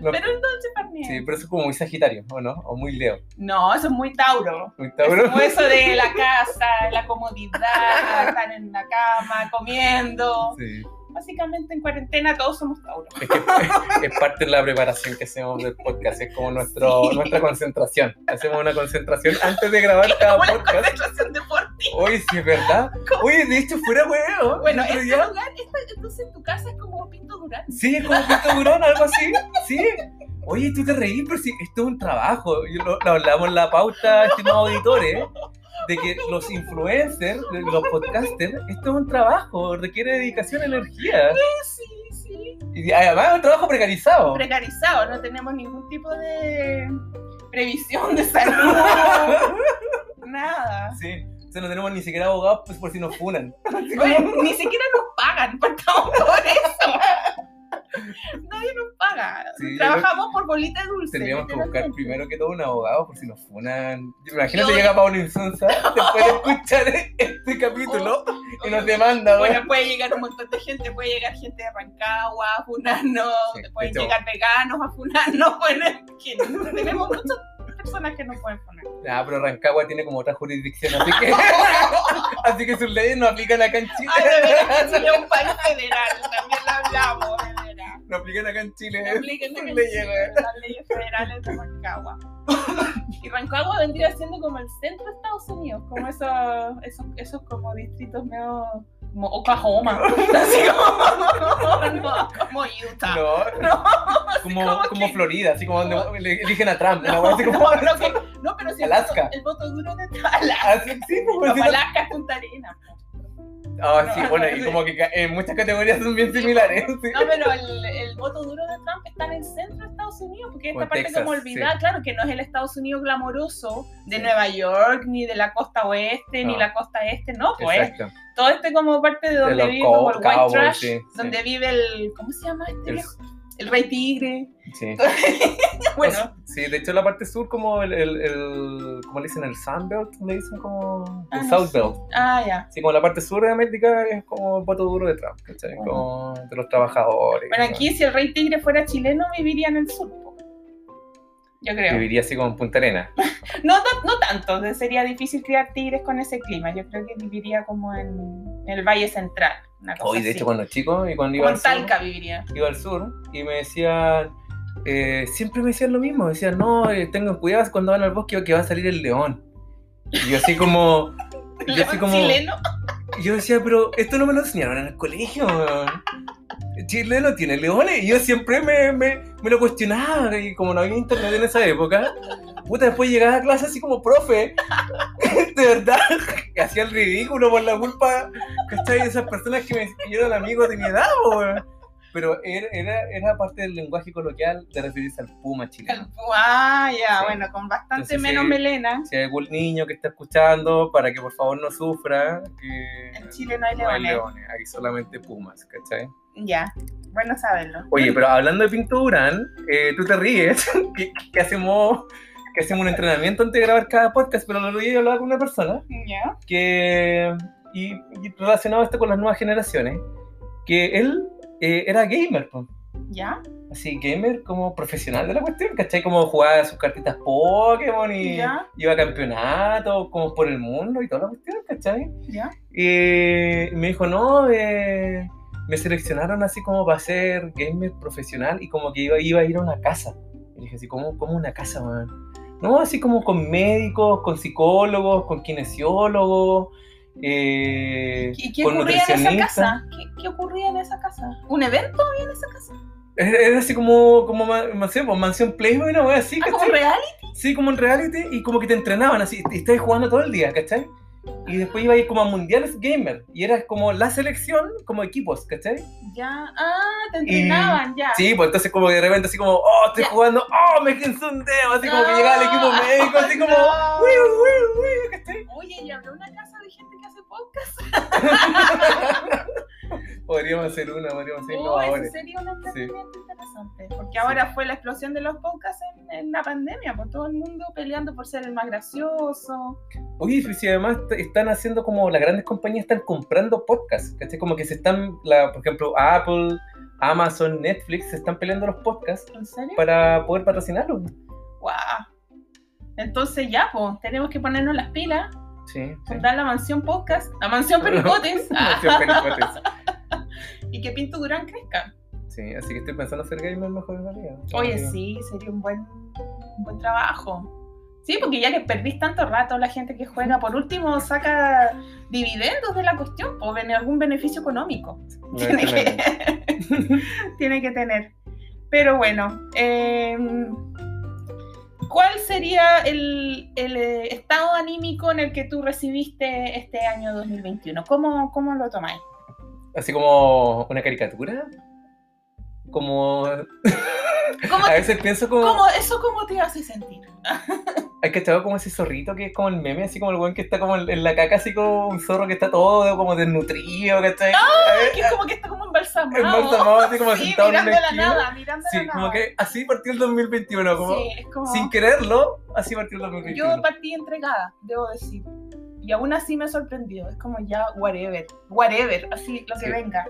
No,
Pero el dulce farniente.
sí, pero eso es como muy Sagitario, ¿o no? O muy Leo.
No, eso es muy Tauro.
Muy Tauro.
Como eso de la casa, la comodidad, estar en la cama, comiendo.
Sí.
Básicamente en cuarentena todos somos Tauro.
Es que [laughs] es parte de la preparación que hacemos del podcast, es como nuestro,
Sí.
nuestra concentración. Hacemos una concentración antes de grabar cada
Como la
podcast.
concentración deportiva.
Oye, sí, es verdad. Oye, de hecho, fuera huevo.
Bueno,
el otro
este
día-
lugar, esta- entonces tu casa es como Pinto Durán.
Sí, es como un Durón, algo así. Sí. Oye, tú te reí, pero sí, esto es un trabajo. Y lo, lo hablamos en la pauta, estimados auditores, de que los influencers, de los podcasters, esto es un trabajo, requiere dedicación, energía.
Eh, Sí, sí.
Y además es un trabajo precarizado.
Precarizado, no tenemos ningún tipo de previsión de
[laughs]
salud. Nada.
Sí. Entonces no tenemos ni siquiera abogados pues, por si nos [laughs] funan.
Oye, ni siquiera nos pagan, partamos por eso. Nadie nos paga.
Sí,
Trabajamos por bolita de dulce.
Tendríamos que buscar
literalmente.
primero que todo un abogado por si nos funan. Imagínate
Yo-
llega Pablo [laughs] Insunza después de escuchar este capítulo y nos demanda, güey.
Bueno, puede llegar un montón de gente, puede llegar gente de Rancagua a funarnos,
Sí, de
pueden
hecho-
llegar veganos a funarnos, [laughs] bueno, es que tenemos muchas personas que no pueden funar.
Nah, pero Rancagua tiene como otra jurisdicción, así [laughs] que, así que sus leyes no aplican acá en Chile.
Ay, de veras, Chile es un país federal, también lo hablamos, de veras.
[laughs] No aplican acá en Chile. [laughs]
Aplíquenle
Sus
que
leyes,
sí,
güey.
las leyes federales de Rancagua. Y Rancagua vendría siendo como el centro de Estados Unidos, como esos, esos, esos como distritos medio como Oklahoma, así como, no, como Utah.
No,
No,
como,
como
como,
que-
Florida, así como
como-
donde le- eligen a Trump. una
No,
wea así como-
no, no, que- no, pero si el
Alaska.
voto- el voto duro de Alaska.
[laughs] Así, sí, como
Como
si no-
Alaska es Punta Arenas.
Ah, sí,
No,
bueno,
sí.
y como que ca- en muchas categorías son bien similares. [laughs] sí.
No, pero el, el voto duro de Trump está en el centro de Estados Unidos, porque esta
Con
parte
Texas,
como olvidada, claro, que no es el Estados Unidos glamoroso de Nueva York, ni de la costa oeste, ni
No.
la costa este, [laughs] no, pues
Exacto.
todo este como parte de donde
los
vive como el
cow-
white
cowboys,
trash,
sí, sí.
donde vive el, ¿cómo se llama este
El-
viejo? El rey tigre. [laughs]
sí.
bueno,
Sí, de hecho la parte sur como el, el, el ¿cómo le dicen? El Sunbelt, le dicen como
Ah, no
el Southbelt.
ah, ya.
Sí, como la parte sur de América es como el voto duro de Trump, ¿cachai?
Bueno.
Como de los trabajadores.
Bueno,
¿no?
aquí si el rey tigre fuera chileno, viviría en el sur. po. Yo creo.
Viviría así como en
[laughs]
Punta Arena.
No, no, no tanto, de- sería difícil criar tigres con ese clima. Yo creo que viviría como en el Valle Central. Una cosa
Hoy, de
así.
hecho, cuando chico y
Como
cuando iba
en
al, sur,
Talca viviría.
iba al sur y me decían, eh, siempre me decían lo mismo, me decían, no, eh, tengan cuidado cuando van al bosque que va a salir el león. Y yo
[laughs]
así como... y yo así
León
como...
chileno.
Y yo decía, pero esto no me lo enseñaron en el colegio. weón. Chile no tiene leones. Y yo siempre me, me, me lo cuestionaba. Y como no había internet en esa época, puta, después llegaba a clase así como profe. [laughs] De verdad, [laughs] que hacía el ridículo por la culpa ¿cachai? de esas personas que, me, que eran amigos de mi edad. weón. Pero era, era, era parte del lenguaje coloquial de referirse al puma chileno.
Ah, ya,
Sí.
bueno, con bastante
Entonces,
menos
sí.
melena.
Si hay algún niño que está escuchando, para que por favor no sufra, que
En Chile no hay
no hay
leones.
leones, hay solamente pumas, ¿cachai?
ya, bueno saberlo.
Oye, pero hablando de Pinto Durán, eh, tú te ríes [laughs] que, que hacemos, que hacemos un entrenamiento antes de grabar cada podcast, pero lo otro día yo hablaba con una persona
Ya.
que y, y relacionado esto con las nuevas generaciones, que él eh, era gamer, po.
Ya.
así gamer como profesional de la cuestión, ¿cachai? Como jugaba sus cartitas Pokémon y
Ya.
iba a campeonatos como por el mundo y toda la cuestión, ¿cachai?
Ya.
Y me dijo, no, eh, me seleccionaron así como para ser gamer profesional y como que iba, iba a ir a una casa. Y dije, así, ¿cómo, cómo una casa, man? No, así como con médicos, con psicólogos, con kinesiólogos. eh,
¿Y qué
con
ocurría en esa
nutricionistas.
casa? ¿Qué, qué ocurría en esa casa? ¿Un evento había en esa casa?
Era, era así como, como ma- mansión, pues, mansión Playboy, una wea así,
Ah, como
¿cachai?
real.
Sí, como en reality y como que te entrenaban así, y estabas jugando todo el día, ¿cachai? Y después iba a ir como a mundiales gamer y eras como la selección, como equipos, ¿cachai?
Ya. Ah, te entrenaban ya.
Sí, pues entonces como que de repente así como, oh, estoy
Ya.
jugando, oh, me quedé un dedo, así como que
No.
llegaba el equipo médico, así como,
No.
"Wiu, wiu, wiu", ¿cachai?
Oye, y habrá una casa de gente que hace podcast.
Podríamos hacer una, podríamos hacer
Oh,
innovadores.
eso sería un emprendimiento interesante. Porque
Sí.
ahora fue la explosión de los podcasts en, en la pandemia, por todo el mundo peleando por ser el más gracioso.
Oye, y si además t- están haciendo como las grandes compañías están comprando podcasts, ¿cachai? Como que se están, la, por ejemplo, Apple, Amazon, Netflix, se están peleando los podcasts
¿En serio?
para poder patrocinarlos.
¡Guau! Entonces ya, pues, tenemos que ponernos las pilas,
Sí. [laughs]
fundar la mansión podcast, la mansión pericotes, ah, y que Pinto Durán crezca.
Sí, así que estoy pensando hacer gamer mejor en realidad.
Oye, sí, sería un buen, un buen trabajo. Sí, porque ya que perdís tanto rato la gente que juega, por último saca dividendos de la cuestión, o bene- algún beneficio económico.
No,
[laughs] tiene
es tremendo.
que, [laughs] tiene que tener. Pero bueno, eh, ¿cuál sería el, el, eh, estado anímico en el que tú recibiste este año 2021? ¿Cómo, cómo lo tomáis?
Así como una caricatura. Como.
¿Cómo,
A veces pienso como.
cómo- ¿Eso cómo te hace sentir?
Hay que echar como ese zorrito que es como el meme, así como el weón que está como en, en la caca, así como un zorro que está todo como desnutrido, ¿cachai?
Es que es como que está como embalsamado.
[laughs] Embalsamado, así como
Ah, sí,
sentado en
mirando
una
la
esquina.
nada, mirando la
Sí,
nada.
como que así partió el 2021, como
Sí, es como-
sin quererlo, así partió el 2021.
Yo partí entregada, debo decir. Y aún así me sorprendió. Es como ya, whatever. Whatever, así, lo que
Sí.
venga.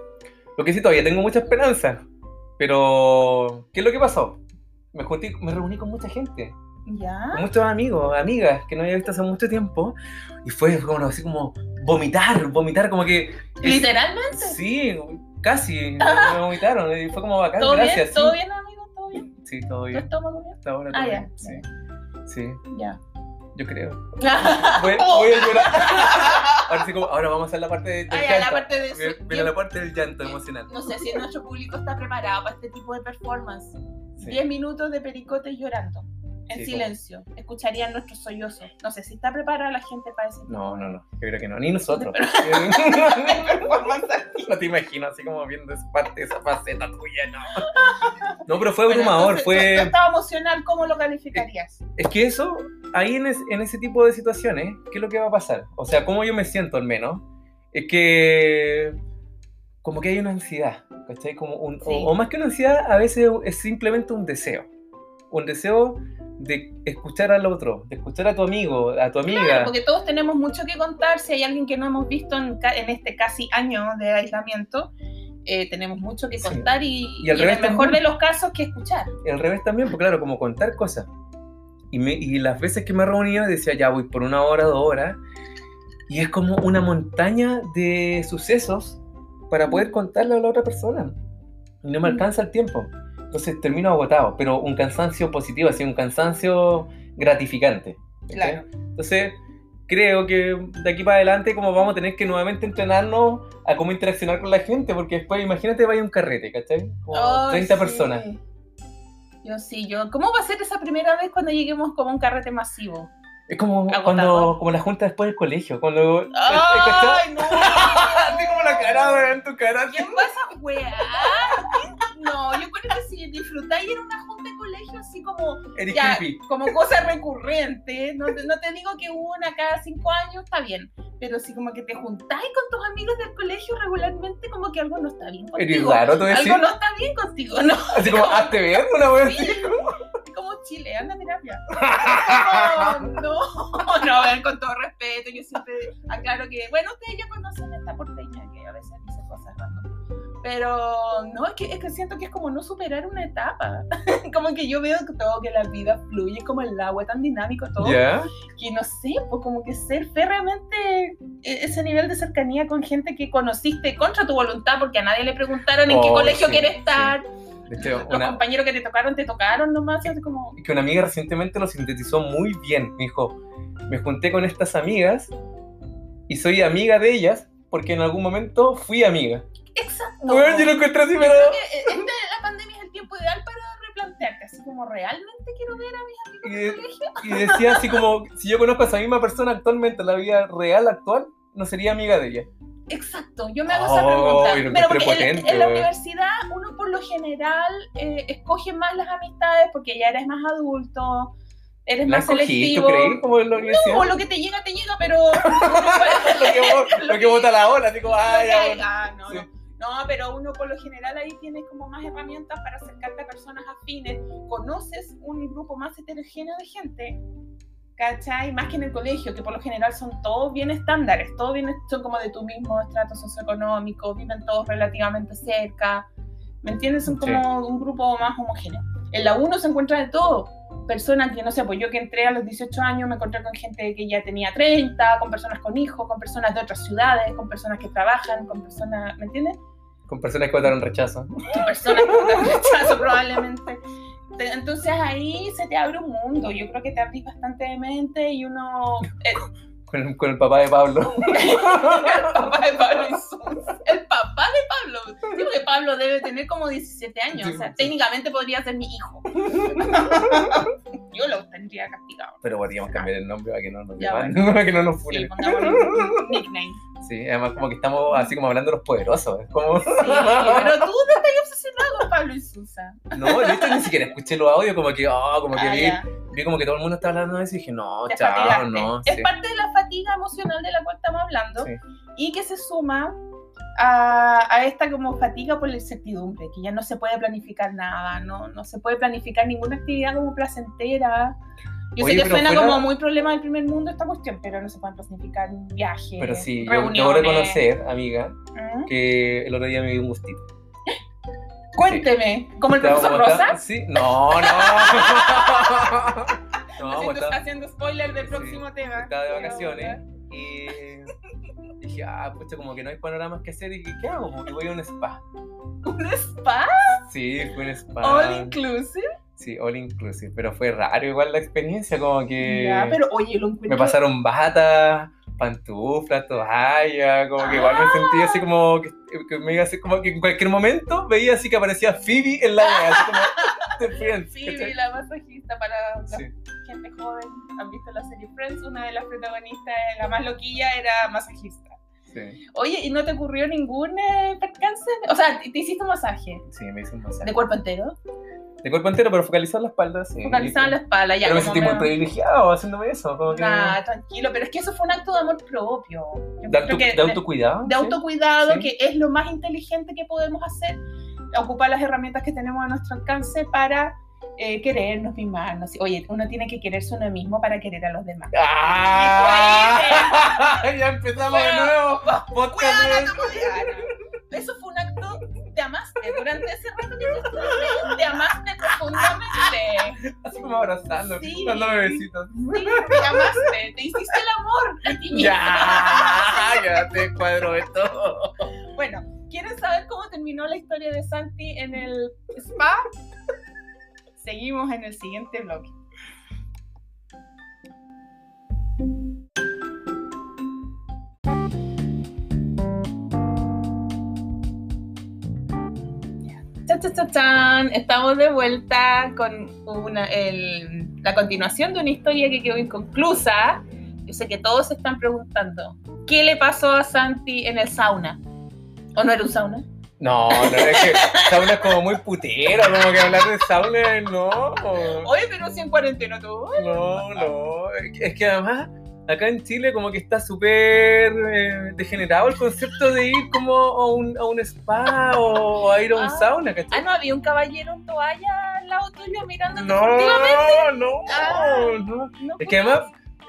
Lo que sí, todavía tengo mucha esperanza. Pero, ¿qué es lo que pasó? Me, junté- me reuní con mucha gente,
¿Ya?
con muchos amigos, amigas que no había visto hace mucho tiempo. Y fue como así como vomitar, vomitar, como que.
Literalmente.
Sí, casi,
[laughs]
me vomitaron. Y fue como bacán,
¿Todo
gracias.
bien? ¿Todo bien, amigo? ¿Todo bien?
Sí, sí, todo
¿Tu
bien.
estómago bien?
Hasta ahora todo
Ah, ya.
bien. Sí. sí, [laughs]
Ya. [laughs]
yo creo. Voy, voy a llorar. Ahora sí, como, ahora vamos a hacer la parte de. del
Oh. Ah, ya, la
llanto.
parte de
Mira,
su-
mira la parte del llanto emocional.
No sé si nuestro público está preparado para este tipo de performance.
Sí.
10 minutos de pericotes llorando. En
Sí,
silencio. Escucharían nuestros sollozos. No sé si está preparada la gente para ese
No, no, no. Yo creo que no. Ni
[laughs]
nosotros. [laughs] no te imagino así como viendo esa parte, esa faceta tuya, no. No, pero fue
Bueno,
abrumador.
entonces,
fue...
Tu, tu estado emocional, ¿cómo lo calificarías?
Es que eso, ahí en, es- en ese tipo de situaciones, ¿qué es lo que va a pasar? O sea, cómo yo me siento al menos, es que como que hay una ansiedad, ¿cachai? Como un-
Sí.
o, o más que una ansiedad, a veces es simplemente un deseo. Un deseo de escuchar al otro, de escuchar a tu amigo, a tu amiga.
Claro, porque todos tenemos mucho que contar. Si hay alguien que no hemos visto en, ca- en este casi año de aislamiento, eh, tenemos mucho que
Sí.
contar y,
Y al
y en el
revés
mejor
también.
de los casos que escuchar.
Y al revés también, pues claro, como contar cosas. Y, me- y las veces que me reunía decía, ya voy por una hora, dos horas. Y es como una montaña de sucesos para poder contarle a la otra persona. Y no me
Mm.
alcanza el tiempo. Entonces termino agotado, pero un cansancio positivo, así un cansancio gratificante. ¿cachai?
Claro.
Entonces creo que de aquí para adelante como vamos a tener que nuevamente entrenarnos a cómo interaccionar con la gente, porque después imagínate vaya un carrete, ¿cachai? Como
Ay,
30
Oh, sí.
personas.
Yo sí, yo. ¿Cómo va a ser esa primera vez cuando lleguemos como a un carrete masivo?
Es como
Agotador.
cuando como la junta después del colegio, cuando ¿cachai?
¡Ay, no!
ah, Así como la cara, weón, tu cara.
¿Quién va a esa weá? No, yo creo que si disfrutáis en una junta de colegio así como
Eres
ya,
creepy.
como cosa recurrente, no te, no te digo que una cada cinco años, está bien, pero si como que te juntáis con tus amigos del colegio regularmente, como que algo no está bien
Eres
contigo.
raro, tú decís.
Algo no está bien contigo, ¿no?
Así como, hazte ver una weón.
Sí, es como Chile, anda a terapia. No, [laughs] no, no, a ver, con todo respeto, yo siempre aclaro que, bueno, ustedes ya conocen esta porteña que a veces dice cosas random. Pero no, es que, es que siento que es como no superar una etapa. [laughs] como que yo veo que todo, que la vida fluye como el agua, es tan dinámico todo.
Ya.
Que no sé, pues como que ser férreamente e- ese nivel de cercanía con gente que conociste contra tu voluntad, porque a nadie le preguntaron en qué
Oh,
colegio
sí,
quieres
sí.
estar,
De hecho,
los
una,
compañeros que te tocaron, te tocaron nomás, y así como...
que una amiga recientemente lo sintetizó muy bien. Me dijo, me junté con estas amigas y soy amiga de ellas porque en algún momento fui amiga.
Exacto.
Weón, yo lo encontré así, pero...
Creo que, eh, e-, esta- la pandemia es el como realmente quiero ver a mis amigos
Y,
del
de-
colegio.
y decía así como, si yo conozco a esa misma persona actualmente, en la vida real actual, no sería amiga de ella.
Exacto, yo me hago
Oh,
esa
y
pregunta.
lo
Pero porque en- en,
prepotente,
la
weón.
universidad uno por lo general eh, escoge más las amistades porque ya eres más adulto, eres
¿La
más
escogí? ¿Tú
selectivo.
creí? Como en la universidad.
No, lo que te llega, te llega, pero... [laughs]
[laughs] lo, que, bo- lo que bota la ola, así como,
Lo
ay,
que
ya,
hay,
bueno.
ah, no,
Sí.
no. No, pero uno por lo general ahí tienes como más herramientas para acercarte a personas afines, conoces un grupo más heterogéneo de gente, ¿cachai? Más que en el colegio, que por lo general son todos bien estándares, todos bien, son como de tu mismo estrato socioeconómico, viven todos relativamente cerca, ¿me entiendes? Son como un grupo más homogéneo. En la 1 se encuentra de todo. Personas que, no sé, pues yo que entré a los 18 años me encontré con gente que ya tenía 30, con personas con hijos, con personas de otras ciudades, con personas que trabajan, con personas, ¿me entiendes?
Con personas que votaron rechazo. [laughs]
Con personas con rechazo probablemente. Te- Entonces ahí se te abre un mundo. Yo creo que te abrís bastante de mente y uno... eh,
Con, con el papá de Pablo.
el papá de Pablo Insunza. El papá de Pablo. Digo que Pablo debe tener como 17 años.
Sí,
o sea,
sí.
técnicamente podría ser mi hijo. Yo lo tendría castigado.
Pero podríamos cambiar el nombre para que no nos
Ya,
llaman, para [laughs] que no nos funen.
Sí, pongámosle un nickname.
[laughs] Sí, además como que estamos así como hablando de los poderosos. Es como...
Sí, pero tú te estás obsesionado con Pablo y Susa.
[laughs] No, de hecho, ni siquiera escuché los audios, como que, oh, como que
Ah,
vi,
ya,
vi como que todo el mundo estaba hablando de eso y dije, no,
te
chao,
fatigaste.
no.
Es
sí.
parte de la fatiga emocional de la cual estamos hablando
Sí.
y que se suma a, a esta como fatiga por la incertidumbre, que ya no se puede planificar nada, no, no se puede planificar ninguna actividad como placentera. Yo
Oye,
sé que
pero
suena
fuera-
como muy problema del primer mundo esta cuestión, pero no se pueden planificar viajes,
Pero sí, yo yo
reuniones.
debo reconocer, amiga,
¿Mm?
que el otro día me dio un gustito.
Cuénteme, como el
Estaba
profesor
como
Rosa.
está- Sí, no,
[laughs]
no. [laughs] no,
Así
como
tú estás
estaba,
haciendo spoiler del
Sí,
próximo tema.
estaba de
Pero,
vacaciones y dije, ah, pucha, como que no hay panoramas que hacer. Y dije, ¿qué hago? Como que voy a un spa.
[laughs] ¿Un spa?
Sí, fui a un spa.
All inclusive.
Sí, all inclusive. Pero fue raro igual la experiencia, como que.
Ya, pero oye, lo encuentro.
Eh, Me pasaron bata, pantuflas, toalla, como que
Ah.
igual me sentí así como que, que me iba a hacer como que en cualquier momento veía así que aparecía Phoebe en la así
[laughs]
como de Friends,
Phoebe,
¿cachai?
la masajista para la
Sí.
gente joven. ¿Han visto la serie Friends? Una de las protagonistas, eh, la más loquilla, era masajista.
sí,
Oye, ¿y no te ocurrió ningún eh, percance? O sea, te te hiciste un masaje
sí, me hizo un masaje.
de cuerpo entero,
De cuerpo entero, pero focalizado en la espalda, sí.
focalizado en la espalda. Ya,
Pero me
como
sentí muy
medio-
privilegiado haciéndome eso, como que...
Nah, tranquilo, pero es que eso fue un acto de amor propio. Yo
de,
creo
auto-
que
de autocuidado.
de
sí.
autocuidado,
Sí.
que es lo más inteligente que podemos hacer, ocupar las herramientas que tenemos a nuestro alcance para eh, querernos, mimarnos. Oye, uno tiene que quererse uno mismo para querer a los demás.
¡Ah! [laughs] ya empezamos
Bueno, pues,
de nuevo. Podcast
¡Huevona,
nuevo. [laughs]
tu culiana! Eso fue un acto, te amaste. Durante ese rato que yo estuve, ahí, te amaste profundamente.
Así como abrazando,
Sí.
dándome besitos.
Sí, te amaste, te hiciste el amor a ti mismo.
Ya, [laughs] ya te cuadro esto.
Bueno, ¿quieren saber cómo terminó la historia de Santi en el spa? Seguimos en el siguiente bloque. Cha, cha, cha, chan. Estamos de vuelta con una, el- la continuación de una historia que quedó inconclusa. Yo sé que todos se están preguntando, ¿qué le pasó a Santi en el sauna? ¿O no era un sauna?
No, no, es que sauna es como muy putero, como que hablar de sauna es- no.
Oye, pero si en cuarentena todo.
No, no. Es que además, acá en Chile como que está súper eh, degenerado el concepto de ir como a un, a un spa o a ir a un
Ah.
sauna, ¿cachai?
Ah, no, había un caballero en toalla al lado tuyo mirándote furtivamente.
No, no,
Ah.
no.
No,
Es que además,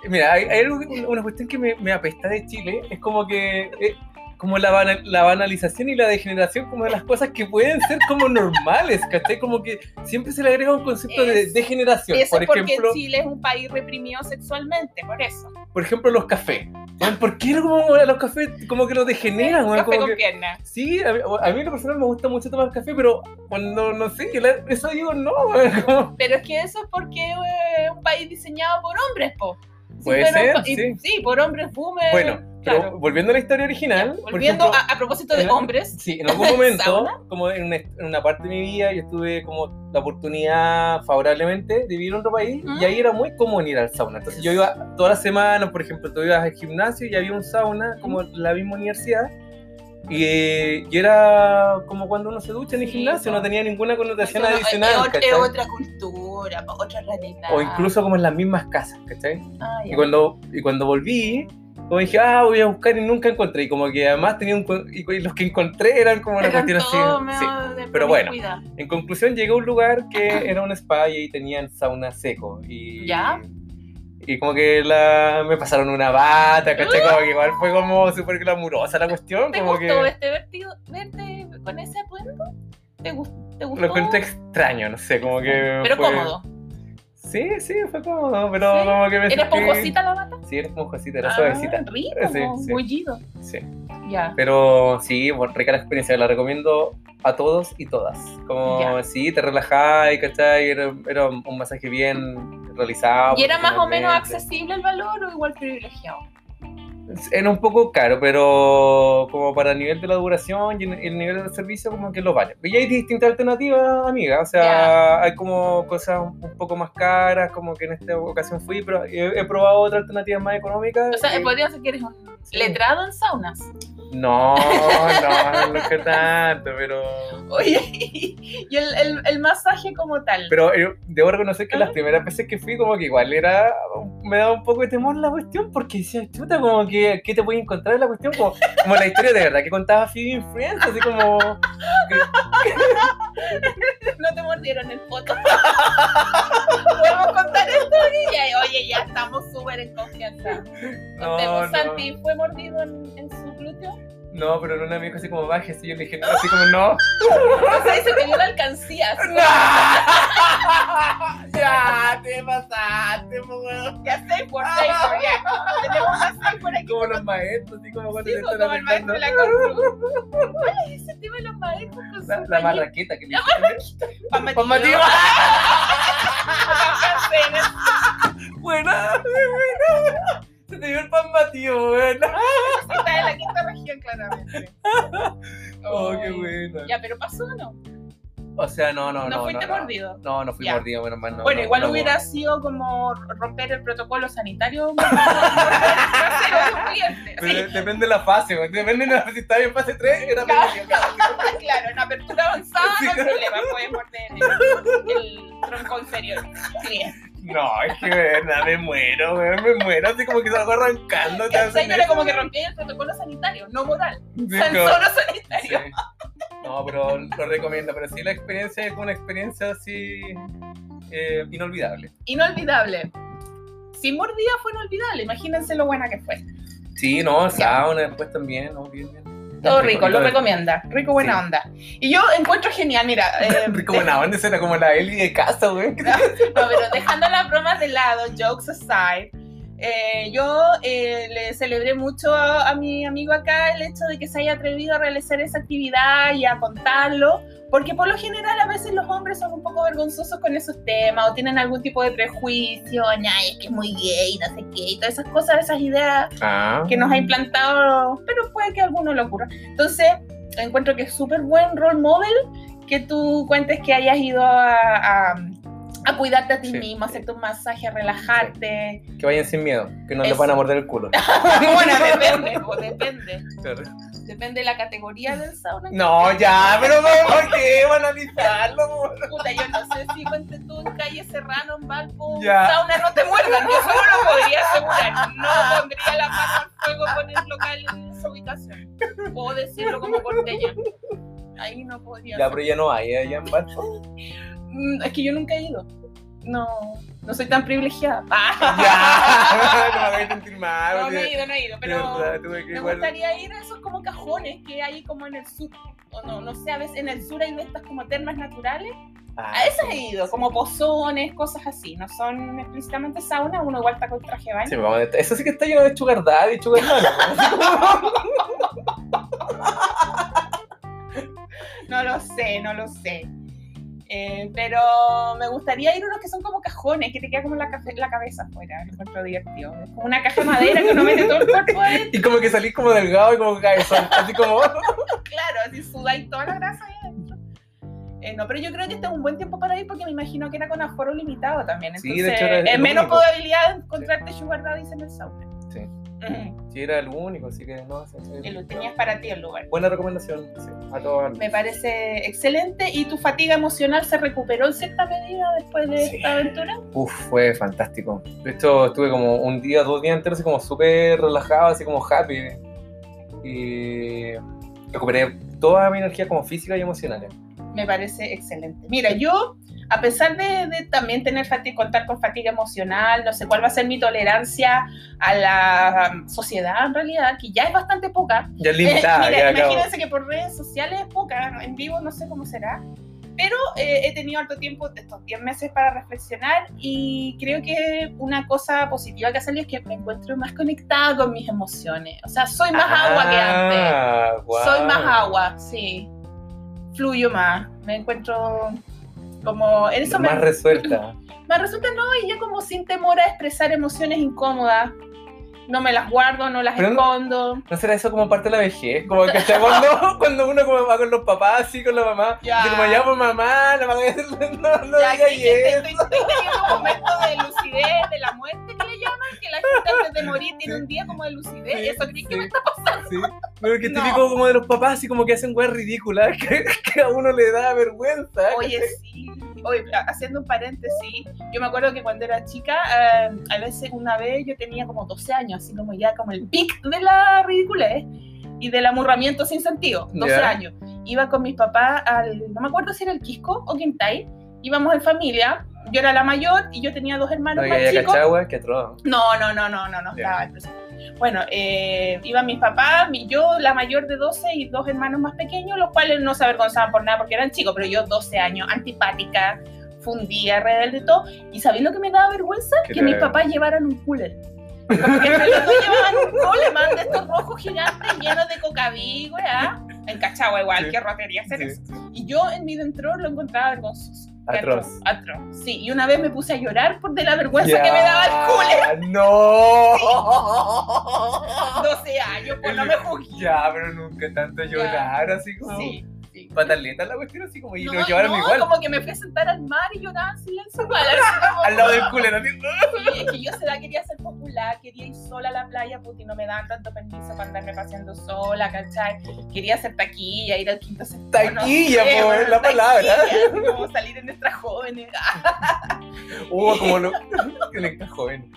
mira, hay, hay algo que- una cuestión que me, me apesta de Chile, es como que eh, como la, bana- la banalización y la degeneración como de las cosas que pueden ser como normales, ¿cachai? Como que siempre se le agrega un concepto de
Es-
degeneración.
Eso
Por
es porque
ejemplo,
Chile es un país reprimido sexualmente, por eso.
por ejemplo, los cafés. Weón, ¿Por qué como a los cafés como que los degeneran? weón?
Café
Como
con
que-
pierna.
sí, a mí, a mí en lo personal me gusta mucho tomar café, pero cuando, no sé, que la- eso digo no, weón, [laughs] como-
Pero es que eso es porque eh, es un país diseñado por hombres, po. Si
Puede
fuera un
ser,
pa- y-
sí.
por hombres boomers.
Bueno, Pero
Claro.
volviendo a la historia original. por
Volviendo
ejemplo, ¿eh?
a, a propósito de
en-
hombres,
Sí, en algún momento,
¿Sauna?
como en una, en una parte de mi vida, yo tuve como la oportunidad favorablemente de vivir en otro país
Ujú.
y ahí era muy común ir al sauna. Entonces yo iba todas las semanas, por ejemplo, tú ibas al gimnasio y había un sauna como en la misma universidad. Y, eh, y era como cuando uno se ducha en el
Sí,
gimnasio,
po.
no tenía ninguna connotación
Eso no-
adicional.
es otra- es
¿cachai?
otra cultura, otra realidad.
O incluso como en las mismas casas, ¿cachai?
Ah, ya.
Y cuando, y cuando volví, como dije, ah, voy a buscar y nunca encontré. Y como que además tenía un... cu- Y y los que encontré eran como una
Eran
cuestión así.
todo medio
sí.
de
pero bueno.
promiscuidad.
En conclusión, llegué a un lugar
[clears throat]
que era un spa y ahí tenían sauna seco. Y,
¿Ya?
Y como que la, me pasaron una bata, ¿cachai? Como que igual fue
[gasps]
como súper glamurosa la cuestión.
¿Te
Como
gustó
que
este vertido, verte con ese atuendo? ¿Te, gus- te gustó?
lo encontré extraño, no sé, como que...
Pero
fue-
cómodo.
Sí, sí, fue cómodo, pero
Sí.
como que me
¿Era
sentí-
esponjosita la bata?
Sí, era esponjosita, era
Ah,
suavecita.
Rico,
Sí,
po,
sí.
mullido.
Sí.
Ya.
Pero sí, bueno, rica la experiencia, la recomiendo a todos y todas. Como
Ya.
sí, te relajás, ¿cachai? Era, era un masaje bien realizado.
¿Y era más o menos
profesionalmente.
accesible el valor o igual privilegiado?
Era un poco caro, pero como para el nivel de la duración y el- el nivel del servicio, como que lo vale. Y hay distintas alternativas, amiga. O sea,
Ya.
hay como cosas un un poco más caras, como que en esta ocasión fui, pero he, he probado otras alternativas más económicas.
O sea,
y-
podría ser que eres un
sí.
letrado en saunas.
No, no, no es que tanto, pero.
Oye, [laughs] y el, el, el masaje como tal.
Pero yo debo reconocer que
Ah.
las primeras veces que fui, como que igual era. Me daba un poco de temor la cuestión, porque decía, chuta, como que, ¿qué te puedes encontrar en la cuestión? Como, como la historia de verdad que contaba Phoebe en Friends, así como.
no te mordieron el foto. [laughs] Podemos contar esto. Ya, oye, ya estamos súper en confianza.
No,
Contemos,
no,
Santi fue mordido en, en su glúteo.
no, pero no, un amigo así como baje, así yo le dije, no, así como,
[laughs]
no.
O sea, se te dio la alcancía.
[laughs]
así como,
¡No! ya, te pasaste, po, weón.
Ya sé, por favor, ya. Tenemos a seis por aquí.
Ah. Como los maestros, así como cuando
Sí,
te
como
están
el maestro de la
aventando.
constru.
[laughs]
¿Cuál es ese tema de los maestros con
La,
su
la
pañuelo?
marraqueta que le dije.
Pamativo. [laughs]
Pamativo.
Apenas.
[laughs] Buena, buena. Se te dio el pan batido, buena.
Está en la quinta región, claramente.
[laughs] Oh, qué
Ay.
bueno.
Ya, pero pasó o no?
O sea, no, no,
No,
no.
fuiste
no,
mordido.
No, no fui
Ya.
mordido, menos mal. no,
bueno,
no,
igual
no,
hubiera sido como romper el protocolo
[laughs]
sanitario. [laughs] por- por- por- por- por- por- cliente.
Pero depende de la fase, güey. Depende de la fase. Si estaba en fase 3, era
Claro.
medio cagado.
Sí, claro, en apertura avanzada no hay
Sí.
problema, puedes morder el, el tronco inferior. Sí.
No, es que, verdad, me muero, güey. Me muero. Así como que salgo arrancando. te
¿Cachai?
hacen
Era
eso.
como que rompía el protocolo sanitario, no moral,
Sí,
tan
como-
solo sanitario.
sí. No, pero lo recomiendo. Pero sí, la experiencia es una experiencia así. eh, inolvidable.
Inolvidable. Sin mordida fue inolvidable, imagínense lo buena que fue.
Sí, no, sauna después también, ¿no? Bien, bien.
Todo rico, lo
Todo-
recomienda. Rico, buena
Sí.
onda. Y yo encuentro genial, mira. eh,
[laughs] Rico, buena onda, esa era como la Eli de casa, güey.
No, pero dejando las bromas de lado, jokes aside, eh, yo eh, le celebré mucho a, a mi amigo acá el hecho de que se haya atrevido a realizar esa actividad y a contarlo, porque por lo general a veces los hombres son un poco vergonzosos con esos temas o tienen algún tipo de prejuicio, ay, es que es muy gay, no sé qué, y todas esas cosas, esas ideas
Ah.
que nos ha implantado, pero puede que a alguno le ocurra. Entonces, encuentro que es súper buen role model que tú cuentes que hayas ido a, a- a cuidarte a ti
Sí.
mismo, hacerte un masaje, relajarte.
Que vayan sin miedo, que no les
Eso.
van a morder el culo.
[laughs] bueno, depende, po, depende. Depende de la categoría del sauna.
No, ya, pero ¿por qué van a analizarlo?
Puta, yo no sé si ponte tú en calle Serrano, en Valpo,
Ya.
sauna no te muerdan, yo solo lo podría asegurar. No pondría la mano al fuego con el local en esa ubicación. Puedo decirlo como porteña. Ahí no podría
Ya,
ser.
pero ya no hay,
[laughs]
ya en Valpo.
Mm, Es que yo nunca he ido. No, no soy tan privilegiada. [laughs] Ah,
Ya, no me voy a sentir mal.
no, no
porque-
he ido, no he ido,
de
pero
Ah, verdad, tuve que
me
igual-
gustaría ir a esos como cajones que hay como en el sur. O no, no sé, a veces en el sur hay de estas como termas naturales.
Ah,
A esas he
sí,
ido,
sí.
como pozones, cosas así. No son explícitamente sauna, uno igual está con traje de baño.
Sí, vamos a- Eso sí que está lleno de sugar daddy
[laughs]
y sugar mama.
No lo sé, no lo sé. Eh, pero me gustaría ir a unos que son como cajones que te queda como la, cafe- la cabeza afuera. Lo encuentro divertido. Es como una caja de madera que uno mete todo el cuerpo adentro.
Y como que salís como delgado y como cabezón. Así como. [laughs]
Claro, así sudáis toda la grasa ahí adentro. Eh, no, pero yo creo que este es un buen tiempo para ir porque me imagino que era con aforo limitado también.
Sí,
Entonces,
de hecho, era
es
el
menos
único.
probabilidad de encontrarte Sugar Daddies en el sauna.
Sí.
Ujú.
Sí, era el único, así que no. sí, sí.
Y lo tenías para ti [laughs] el lugar.
Buena recomendación sí, a todos.
Me parece excelente. ¿Y tu fatiga emocional se recuperó en cierta medida después de
Sí.
esta aventura?
Uf, fue fantástico. De hecho, estuve como un día, dos días enteros, así como súper relajado, así como happy. Y recuperé toda mi energía como física y emocional.
Me parece excelente. Mira, yo, a pesar de, de también tener fatiga, contar con fatiga emocional, no sé cuál va a ser mi tolerancia a la um, sociedad en realidad, que ya es bastante poca.
Ya
Eh,
limitada,
mira,
ya acabo.
imagínense que por redes sociales es poca, en vivo no sé cómo será. Pero eh, he tenido harto tiempo de estos 10 meses para reflexionar y creo que una cosa positiva que ha salido es que me encuentro más conectada con mis emociones. O sea, soy más agua que antes.
Ah, guau.
Soy más agua, sí. Fluyo más. Me encuentro como. En eso
Más
me,
resuelta.
me resulta no, y ya como sin temor a expresar emociones incómodas. No me las guardo, no las
Pero no-
escondo.
¿No será eso como parte de la vejez? Como que
[laughs]
¿cachai? cuando, cuando uno como va con los papás, así con la mamá.
Ya.
así como ya pues mamá, la mamá [laughs] no, no
Ya,
diga
sí, que
yes.
estoy, estoy teniendo un momento de lucidez, de la muerte que le llaman, que la gente antes de morir tiene un día como de lucidez.
Sí,
¿Eh? y eso creí que
sí.
me está pasando.
Sí, pero que
No.
típico como de los papás, así como que hacen weas ridículas, [laughs] que, que a uno le da vergüenza.
Oye, sí. Oye, pero haciendo un paréntesis, yo me acuerdo que cuando era chica, eh, a veces una vez yo tenía como 12 años, así como ya como el pic de la ridiculez y del amurramiento sin sentido, 12
Ya.
años. Iba con mis papás al, no me acuerdo si era el Quisco o Quintay, íbamos en familia, yo era la mayor y yo tenía dos hermanos
No,
más
ya, ya
chicos.
cachagua, que atroz.
No, no, no, no, no, no
Ya.
estaba el presidente. Bueno, eh, iban mis papás, mi- yo la mayor de 12 y dos hermanos más pequeños, los cuales no se avergonzaban por nada porque eran chicos, pero yo 12 años, antipática, fundía, rebelde y todo. ¿Y sabéis lo que me daba vergüenza?
¿Qué
Que
te
mis
daba?
papás llevaran un cooler. Como que entre los dos llevaban un cooler, man, de estos rojos gigantes llenos de cocaví, weá. En Cachagua igual,
Sí.
qué rotería hacer
Sí,
eso.
sí.
Y yo en mi dentro lo encontraba vergonzoso.
Atroz.
Atroz. Sí, y una vez me puse a llorar por de la vergüenza que me daba el cooler.
cooler. ¡No!
12 años, [laughs] pues no me juzgué.
Ya, pero nunca tanto llorar, así como.
Sí, sí.
Pataleta la cuestión, así como. Y
No,
lo llevaron
no,
igual.
como que me fui a sentar al mar y lloraba en silencio. igual, así como-
Al lado del cooler, así.
Sí, es que yo se da quería ser popular, quería ir sola a la playa, puta, y no me daban tanto permiso para andarme paseando sola, ¿cachai? Quería hacer taquilla, ir al quinto sector. no
Taquilla,
sé,
po,
bueno,
es la palabra.
taquilla, Como salir en nuestras jóvenes. [laughs]
Uh, como lo. [laughs] Conecta joven.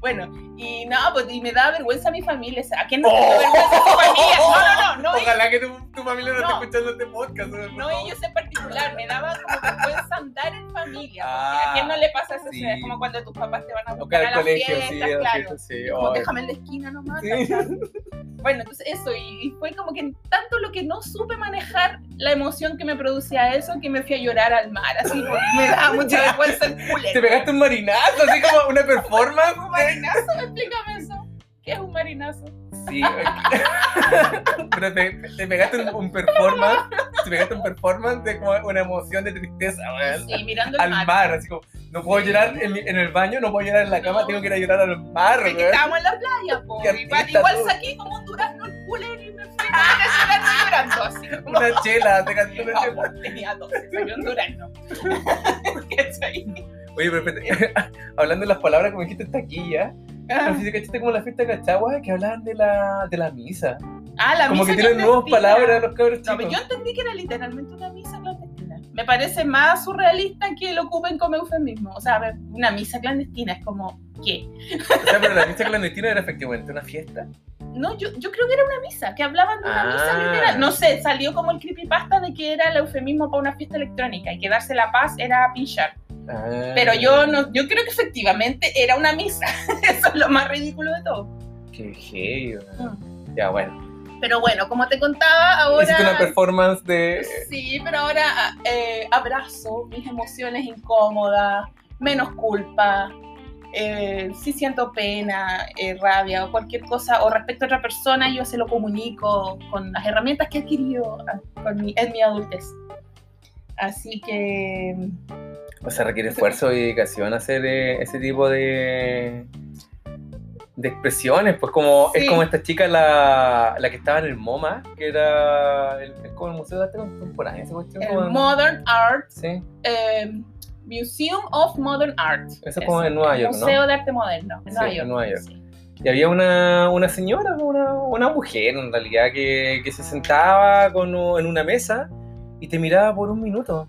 Bueno, y no, pues y me da vergüenza mi familia. o sea, ¿A quién no le
Oh.
da vergüenza su familia? No,
[laughs]
no, no, no. y-
Ojalá que tu, tu familia no, esté
No.
escuchando este podcast. por
No
favor.
ellos en particular, me daba como vergüenza andar en familia. porque
Ah,
¿A quién no le pasa eso?
sí.
Es como cuando tus papás te van a
O
buscar
que
a
al
la
colegio,
fiesta,
sí, al
claro.
colegio, sí.
Como,
ay.
déjame en la esquina nomás.
Sí. [laughs]
¿cachai? Bueno, entonces eso, y, y fue como que tanto lo que no supe manejar la emoción que me producía eso, que me fui a llorar al mar, así como me
[laughs]
daba mucha vergüenza el culero.
Te pegaste un marinazo, así como una performance.
¿Un marinazo? Explícame eso. ¿Qué es un marinazo?
Sí, ok. [laughs] pero te, te pegaste un, un performance, te pegaste un performance de como una emoción de tristeza, weón.
Sí, mirando el
Al
mar.
mar, así como, no puedo llorar en, mi- en el baño, no puedo llorar en la cama,
No.
tengo que ir a llorar al mar,
Porque
weón.
estábamos en la playa, po.
Qué
Igual,
artista
igual
tú.
saqué como un durazno el culo y me fui a llorando, así como...
Una chela, te canté
Ah,
una chela.
Vamos, tenía 12, salió un [laughs] durazno. ¿Cachai?
Oye, pero espérate, [laughs] hablando de las palabras, como dijiste taquilla,
Ah.
no sé si cachaste como la fiesta de Cachagua que hablaban de la, de la misa.
Ah, la
como
misa
que tienen nuevas
clandestina.
palabras los cabros
No, pero
chicos.
yo entendí que era literalmente una misa clandestina. Me parece más surrealista que lo ocupen como eufemismo. O sea, a ver, una misa clandestina es como, ¿qué?
O sea, pero la misa clandestina era efectivamente una fiesta.
No, yo, yo creo que era una misa, que hablaban de una misa
Ah.
literal. No sé, salió como el creepypasta de que era el eufemismo para una fiesta electrónica y que darse la paz era pinchar.
Ah.
Pero yo no, yo creo que efectivamente era una misa. [laughs] Eso es lo más ridículo de todo.
Qué gay, Ya, bueno.
Pero bueno, como te contaba,
Hiciste una
ahora.
performance de.
Sí, pero ahora eh, abrazo mis emociones incómodas, menos culpa. eh, si siento pena, eh, rabia o cualquier cosa, o respecto a otra persona, yo se lo comunico con las herramientas que he adquirido ah, con mi- en mi adultez. Así que
O sea, requiere esfuerzo y dedicación hacer eh, ese tipo de, de expresiones. Pues como
Sí.
es como esta chica, la, la que estaba en el MoMA, que era el, es como el Museo de Arte Contemporáneo, esa cuestión. como-
El Modern Art
sí,
eh, Museum of Modern Art.
eso es como en Nueva York, ¿no?
Museo de Arte Moderno. En
Sí,
Nueva
en
York.
Nueva York.
sí.
Y había una, una señora, una, una mujer en realidad, que, que se sentaba con, u- en una mesa y te miraba por un minuto.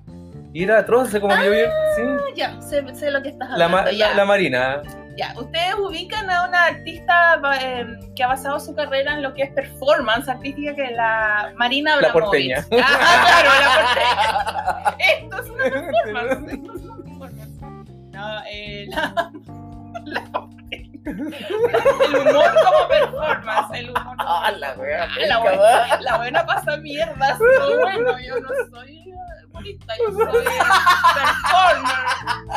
Y era atroz, o sea, como que yo vi- sí.
Ah, ya, sé, sé lo que estás
La,
hablando.
ma-
Ah, ya,
la- la Marina,
[laughs] ya. Ustedes ubican a una artista ba- eh, que ha basado su carrera en lo que es performance artística, que es la Marina
La
Abramovic.
porteña.
Ah, claro,
[laughs]
la porteña. Esto es una performance. Esto es una performance. No, eh, la, la porteña. El humor como performance. El humor como
Ah, la wea,
Ah, la buena, la buena pasa mierda. No, bueno, yo no soy eh, humorista, yo soy performer.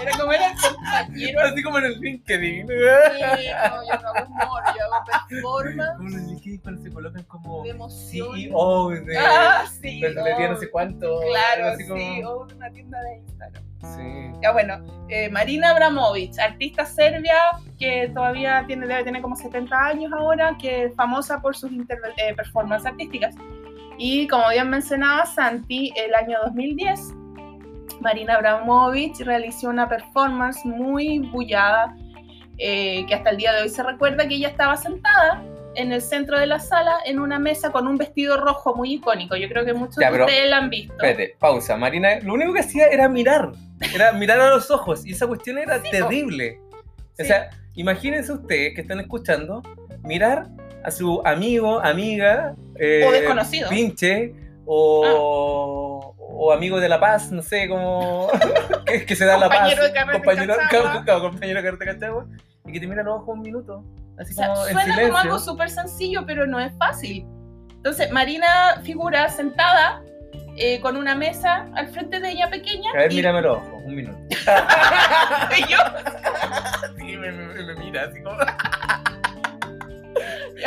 Pero como era el compañero,
Así como en el LinkedIn.
sí, no, yo no hago humor, yo hago performance,
Como en el LinkedIn cuando se colocan como
me emociono.
CEO de
ah, sí.
de la librería no sé cuánto.
Claro,
así como-
sí, o una tienda de Instagram.
Sí.
Ya bueno, eh, Marina Abramovic, artista serbia que todavía tiene, debe tener como 70 años ahora, que es famosa por sus interve- eh, performances artísticas. Y como bien mencionaba Santi, el año 2010, Marina Abramovic realizó una performance muy bullada, eh, que hasta el día de hoy se recuerda que ella estaba sentada en el centro de la sala en una mesa con un vestido rojo muy icónico. Yo creo que muchos
Ya,
de
pero-
ustedes la han visto.
Espérate, pausa. Marina, lo único que hacía era mirar. Era mirar a los ojos. Y esa cuestión era
Sí, po.
terrible.
Sí.
O sea, imagínense ustedes que están escuchando mirar a su amigo, amiga. eh,
o desconocido. Ah.
Pinche. O, o amigo de La Paz, no sé, como. [laughs] que, que se da La Paz.
Compañero de carrete en
compañero,
Cachagua.
ca- ca- compañero de carrete en Cachagua, Y que te mira a los ojos un minuto. Así
O sea,
como en
suena
silencio.
como algo súper sencillo, pero no es fácil. Entonces, Marina figura sentada eh, con una mesa al frente de ella pequeña.
A ver,
y-
mírame los ojos, un minuto.
[laughs] y yo,
Sí, me, me- me mira así [laughs] como.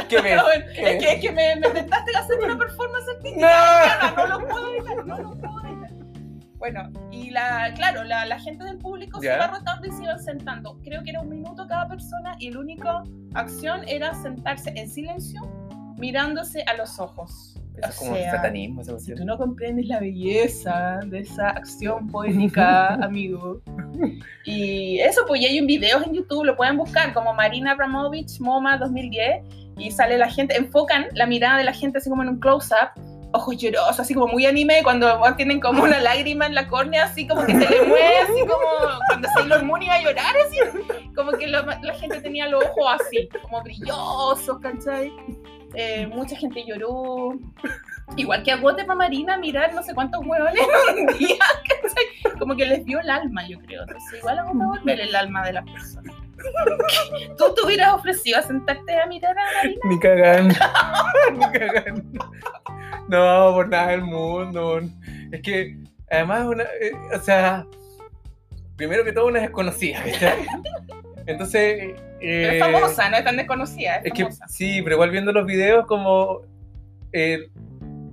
¿Qué ves?
bueno,
¿Qué?
es que, es que me, me tentaste hacer una performance artística.
¡No!
No lo puedo evitar, no lo puedo evitar. Bueno, y la, claro, la, la gente del público se
Ya.
iba rotando y se iban sentando. Creo que era un minuto cada persona y la única acción era sentarse en silencio mirándose a los ojos.
Eso es
O
como
sea,
satanismo, esa
Si
cuestión.
tú no comprendes la belleza de esa acción pues, poética, amigo. Y eso, pues ya hay un video en YouTube, lo pueden buscar como Marina Abramovich MoMA 2010 y sale la gente, enfocan la mirada de la gente así como en un close-up, ojos llorosos, así como muy anime, cuando tienen como una lágrima en la córnea, así como que se le mueve, así como cuando Sailor Moon iba a llorar, así como que lo- la gente tenía los ojos así, como brillosos, ¿cachai? Eh, mucha gente lloró, Igual que agote para Marina mirar no sé cuántos huevones en un día, ¿cachai? Como que les vio el alma, yo creo. Entonces, igual a
Mm.
vos ver el alma de las personas. [laughs] Tú te hubieras ofrecido a sentarte a mirar a Marina.
Ni cagando. [laughs] Ni cagando. No, por nada del mundo. Es que, además, una, eh, o sea, primero que todo, una desconocida, [laughs] ¿cachai? Entonces.
Pero
Eh,
es famosa, no es tan desconocida. Es,
Es que
famosa.
sí, pero igual viendo los videos, como eh,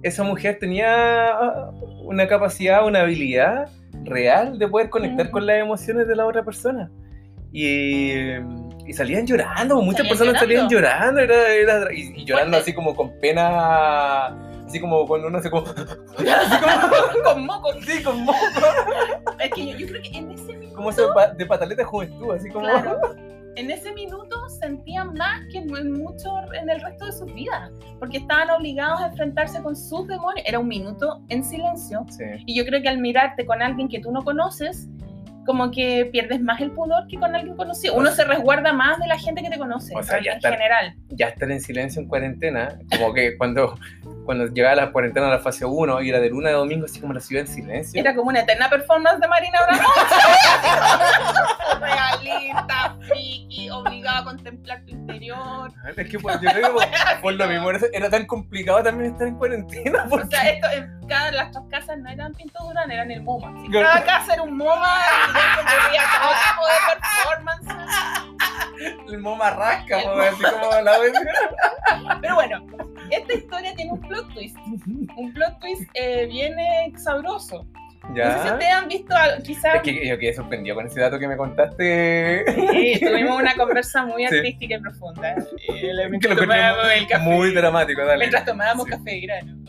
esa mujer tenía uh, una capacidad, una habilidad real de poder conectar
Mm.
con las emociones de la otra persona. Y, y salían llorando, muchas
Salían
personas salían llorando, era- era- y, y llorando
Fuerte.
así como con pena, así como cuando uno se como, [laughs]
[laughs] Con moco.
sí, con moco,
Es que yo, yo creo que en ese minuto,
como eso de, pa- de pataleta de juventud, así como...
claro, en ese minuto sentían más que en mucho en el resto de sus vidas. Porque estaban obligados a enfrentarse con sus demonios. Era un minuto en silencio.
Sí.
Y yo creo que al mirarte con alguien que tú no conoces, como que pierdes más el pudor que con alguien conocido. Uno se resguarda más de la gente que te conoce,
O sea, ya
en
está-
general.
ya estar en silencio en cuarentena, como que cuando, cuando llegaba la cuarentena a la fase 1 y era de luna a domingo, así como la ciudad en silencio.
Era como una eterna performance de Marina Abramovic. [laughs] Realista, friki, obligada a contemplar tu interior.
Es que pues, yo creo que por, por lo mismo era, era tan complicado también estar en cuarentena.
O
Porque,
sea, esto, en cada, las dos casas no eran Pinto Durán, eran el MoMA. Si
Yo-
cada casa era un MoMA, y había otro tipo de performance.
el MoMA rasca,
El
po, así como la vez.
Pero bueno, esta historia tiene un plot twist. Un plot twist eh, bien eh, sabroso. No sé si ustedes han visto al- quizás...
Es que yo quedé sorprendido con ese dato que
[laughs]
me contaste.
Sí, tuvimos una conversa muy
Sí.
artística y profunda. Eh, le-
Que lo encontré
tomábamos el café.
Muy dramático, dale.
Mientras tomábamos
Sí.
café grano,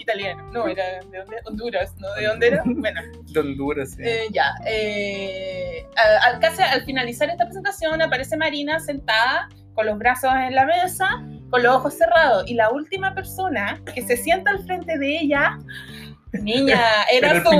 italiano. No, era de dónde? Honduras, ¿no? ¿De dónde era? Bueno,
De Honduras, sí.
eh, ya. eh, al, al casi- al finalizar esta presentación aparece Marina sentada con los brazos en la mesa, con los ojos cerrados. Y la última persona que se sienta al frente de ella, niña,
[laughs]
era,
Pero el
su...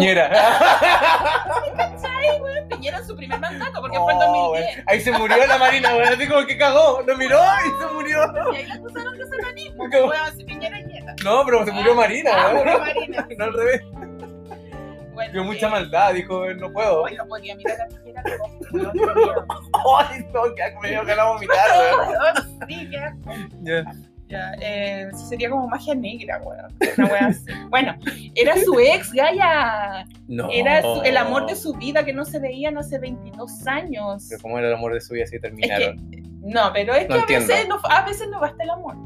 Piñera.
¿Cachai, weón? Piñera en su primer mandato, porque fue en
[laughs] Oh,
2010.
bueno. Ahí se murió la Marina, bueno, así como que cagó, lo miró y se murió.
Y ahí la acusaron de satanismo.
Como-
Weón, si Piñera es nieta.
No, pero se murió Marina,
Ah,
¿no?
murió Marina.
No al revés.
Bueno,
Vio
eh,
mucha maldad, dijo, no puedo.
Hoy no podía mirar a Piñera como- no, qué miedo.
Ay, no, que me dio ganas de vomitar, weón.
Oh, sí, qué asco.
Ya.
Ya, eh, eso sería como magia negra, weón. Una wea así. Bueno, era su ex, Gaia.
No.
Era su- el amor de su vida que no se veían hace 22 años.
Pero cómo era el amor de su vida si terminaron.
No, pero es que
No
a, veces
entiendo.
no, a veces no basta el amor.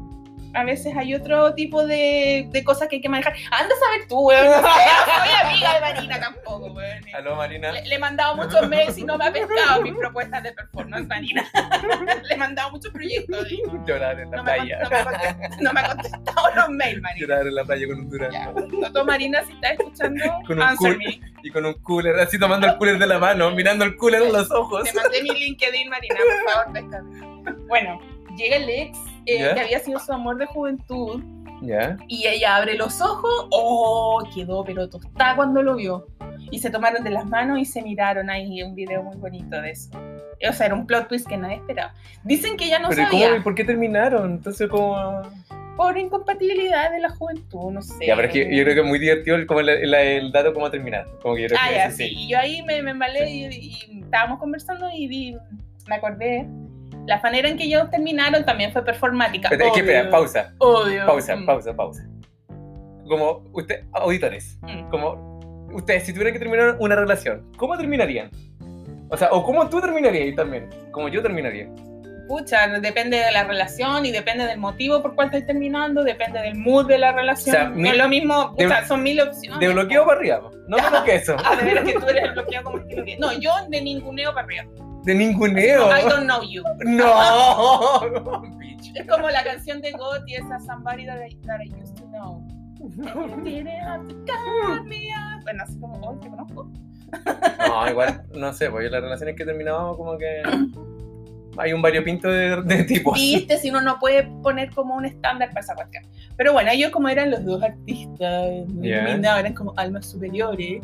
A veces hay otro tipo de, de cosas que hay que manejar. Anda a saber tú, weón. No sé, no soy amiga de Marina tampoco, weón.
Aló, Marina.
Le, le he mandado muchos mails y no me ha pescado mis propuestas de performance, Marina. [laughs] le he mandado muchos proyectos y no,
[laughs] Llorar en la
no me,
playa.
ha- no me ha contestado- no me ha contestado los mails, Marina.
Llorar en la playa con Honduras.
Ya. Toto Marina, si estás escuchando,
[laughs] Con un
answer
cool-
me.
Y con un cooler, así tomando el cooler de la mano, mirando el cooler en los ojos.
Te mandé mi LinkedIn, Marina, por favor, pescame. Bueno, llega el ex, eh,
Ya.
que había sido su amor de juventud,
Ya.
Y ella abre los ojos, oh, quedó pero tostada cuando lo vio. Y se tomaron de las manos y se miraron ahí, un video muy bonito de eso. O sea, era un plot twist que nadie esperaba. Dicen que ella no
Pero ¿y
sabía,
¿cómo, ¿y por qué terminaron? Entonces, como.
por incompatibilidad de la juventud, no sé.
Ya, pero es que yo creo que es muy divertido el, como el, el- el dato cómo terminar. Como que yo creo
Ah,
que
ya,
ese
sí. Y yo ahí me, me embalé y, y estábamos conversando y vi- me acordé. La manera en que ellos terminaron también fue performática.
Espera, es que, espera,
Obvio,
pausa,
obvio.
pausa,
Mm,
pausa, pausa. Como, usted, auditores,
mm.
como, ustedes, si tuvieran que terminar una relación, ¿cómo terminarían? O sea, o cómo tú terminarías también, como yo terminaría.
Pucha, depende de la relación y depende del motivo por cual estás terminando, depende del mood de la relación.
O sea,
no
mi-
es lo mismo,
de-
pucha, son mil opciones.
De bloqueo para arriba, po. no menos que eso.
Ah, de veras que tú eres el bloqueo como estilo que- No, yo de ninguneo para arriba. [laughs]
De ninguneo.
I don't know you.
No, bitch.
Es como la canción de God y esa Somebody that I, that I used to know. You
Mm.
didn't have to cut me off. Bueno, así como, oh, te conozco.
No, igual, no sé, pues yo las relaciones que he terminado, como que hay un variopinto de, de tipos.
Viste, si uno no puede poner como un estándar para esa cuestión. Pero bueno, ellos como eran los dos artistas, muy
Ya.
iluminados, eran como almas superiores,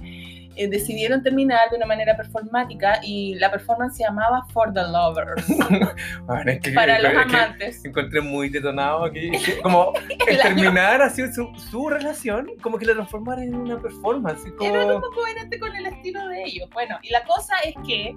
eh, decidieron terminar de una manera performática y la performance se llamaba For the Lovers,
Bueno, es que-
para
es
los
que-
amantes.
encontré muy
[laughs]
detonado aquí. que Como el
El año-
terminar así su, su relación, como que la transformar en una performance. así
Era un
Como...
poco coherente con el estilo de ellos. Bueno, y la cosa es que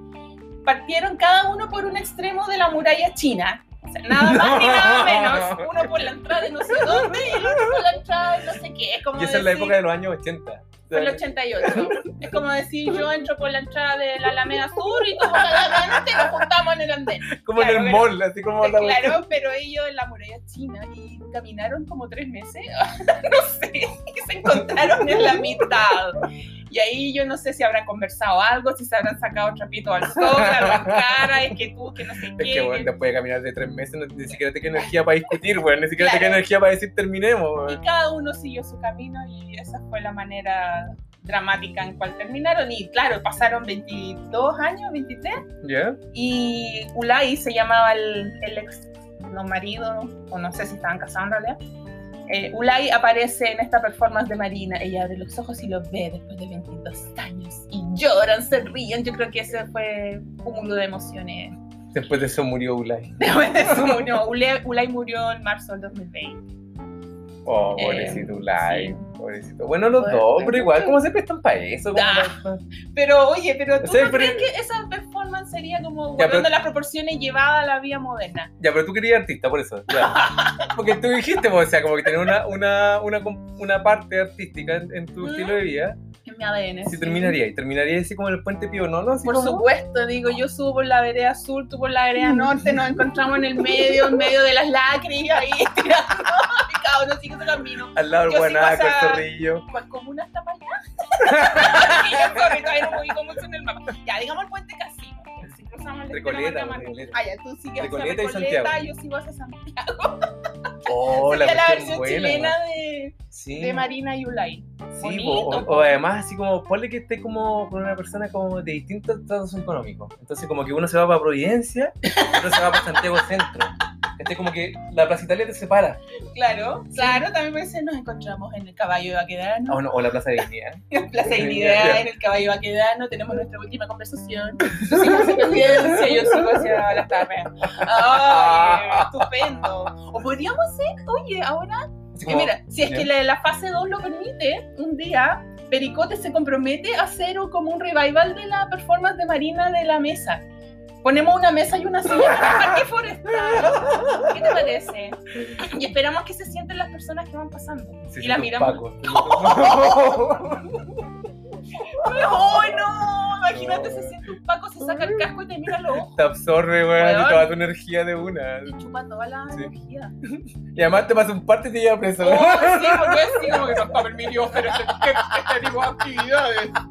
partieron cada uno por un extremo de la muralla china. O sea,
[laughs]
nada más ni nada menos. Uno por la entrada de no sé dónde y el otro por la entrada de no sé qué. Es como
Y esa es la
decir-
época de los años 80.
Fue el 88. Es como decir,
[laughs]
yo entro por la entrada de la Alameda Sur y todos adelante nos juntamos en el andén.
Como en
claro,
el
pero-
mall, así como la
Claro, pero ellos en la muralla china y caminaron como tres meses, [laughs] no sé, y se encontraron en la mitad. Y ahí yo no sé si habrán conversado algo, si se habrán sacado trapito al
[laughs]
sol, a las caras, es que tú, que no sé qué.
Es que bueno,
que-
después de caminar de tres meses, no- ni siquiera te queda energía para discutir, weón. Ni siquiera te
Claro.
queda energía para decir terminemos,
Y
weón.
cada uno siguió su camino y esa fue la manera dramática en cual terminaron. Y claro, pasaron 22 años, 23.
¿Ya?
y Ulay se llamaba el, el ex no marido, o no sé si estaban casados en realidad. Eh, Ulay aparece en esta performance de Marina, ella abre los ojos y lo ve después de 22 años y lloran, se ríen, yo creo que ese fue un cúmulo de emociones. [laughs]
Después de eso murió Ulay.
Después de eso murió, Ulay, Ulay murió en marzo del 2020.
Oh,
Eh,
pobrecito Ulay.
sí.
Pobrecito. Bueno, los
Bueno,
dos, pero
bueno.
igual, ¿cómo se prestan para eso? ¿Cómo
Ah.
pa- pa-
Pero oye, pero
O
¿tú
sea,
no
pero-
crees que esa performance sería como
Ya, pero-
guardando las proporciones llevada a la vida moderna?
Ya, pero tú querías artista, por eso.
[laughs]
ya. Porque tú dijiste, pues, o sea, como que tener una, una, una, com- una parte artística en, en tu
Mm.
estilo de vida.
En mi ADN.
Sí, terminaría. Y terminaría así como en el puente Pío Nono. Así
Por
como-
supuesto, digo, yo subo por la vereda sur, tú por la vereda norte, nos encontramos en el medio, en medio de las lacris, ahí [laughs] tirando, y cada uno sigue su camino.
Al lado del
Yo sí
Guanaco,
pasa-
el Torrillo.
Pues como una hasta para allá. [laughs] Y yo, sorry, todavía no ubico mucho en el mapa. Ya, digamos el puente Casino. pues, Si cruzamos el
Recoleta, Recoleta.
Ah, ya, tú sigues
Recoleta y
hacia Recoleta,
Santiago.
yo sigo hacia Santiago.
Oh,
Sería la
cuestión
versión
buena.
chilena de,
Sí.
de Marina Yulay.
Sí,
Bonito,
po, o,
po.
o además así como ponle que esté como con una persona como de distinto estatus económico. Entonces como que uno se va para Providencia, otro se va para Santiago Centro. Este como que la Plaza Italia te separa.
Claro, claro, también pensé, nos encontramos en el caballo va a quedar,
Ah, no, o la Plaza de Dignidad.
En Plaza
Ya,
Dignidad,
ya.
en el caballo Baquedano, tenemos nuestra última conversación. Yo sigo hacia Providencia, yo sigo hacia las tardes. ¡Ay, estupendo! O podríamos hacer, oye, ahora, que
Así como,
mira, si es
ya.
que la, la fase 2 lo permite, un día Pericote se compromete a hacer un- como un revival de la performance de Marina de la mesa. Ponemos una mesa y una silla en el
[laughs]
parque forestal. ¿Qué te parece? Y esperamos que se sienten las personas que van pasando.
se
y la
siente un
miramos. [laughs]
Paco.
¡Oh, no! Imagínate, se siente un paco, se saca el casco y te mira los ojos
te absorbe, weón,
Weón.
y toda tu energía de una.
y chupa toda la
Sí. [laughs]
energía.
Y además te pasa un parte y te lleva preso.
Oh, sí, porque es así como que no está permitido hacer este, este tipo de actividades.
[laughs]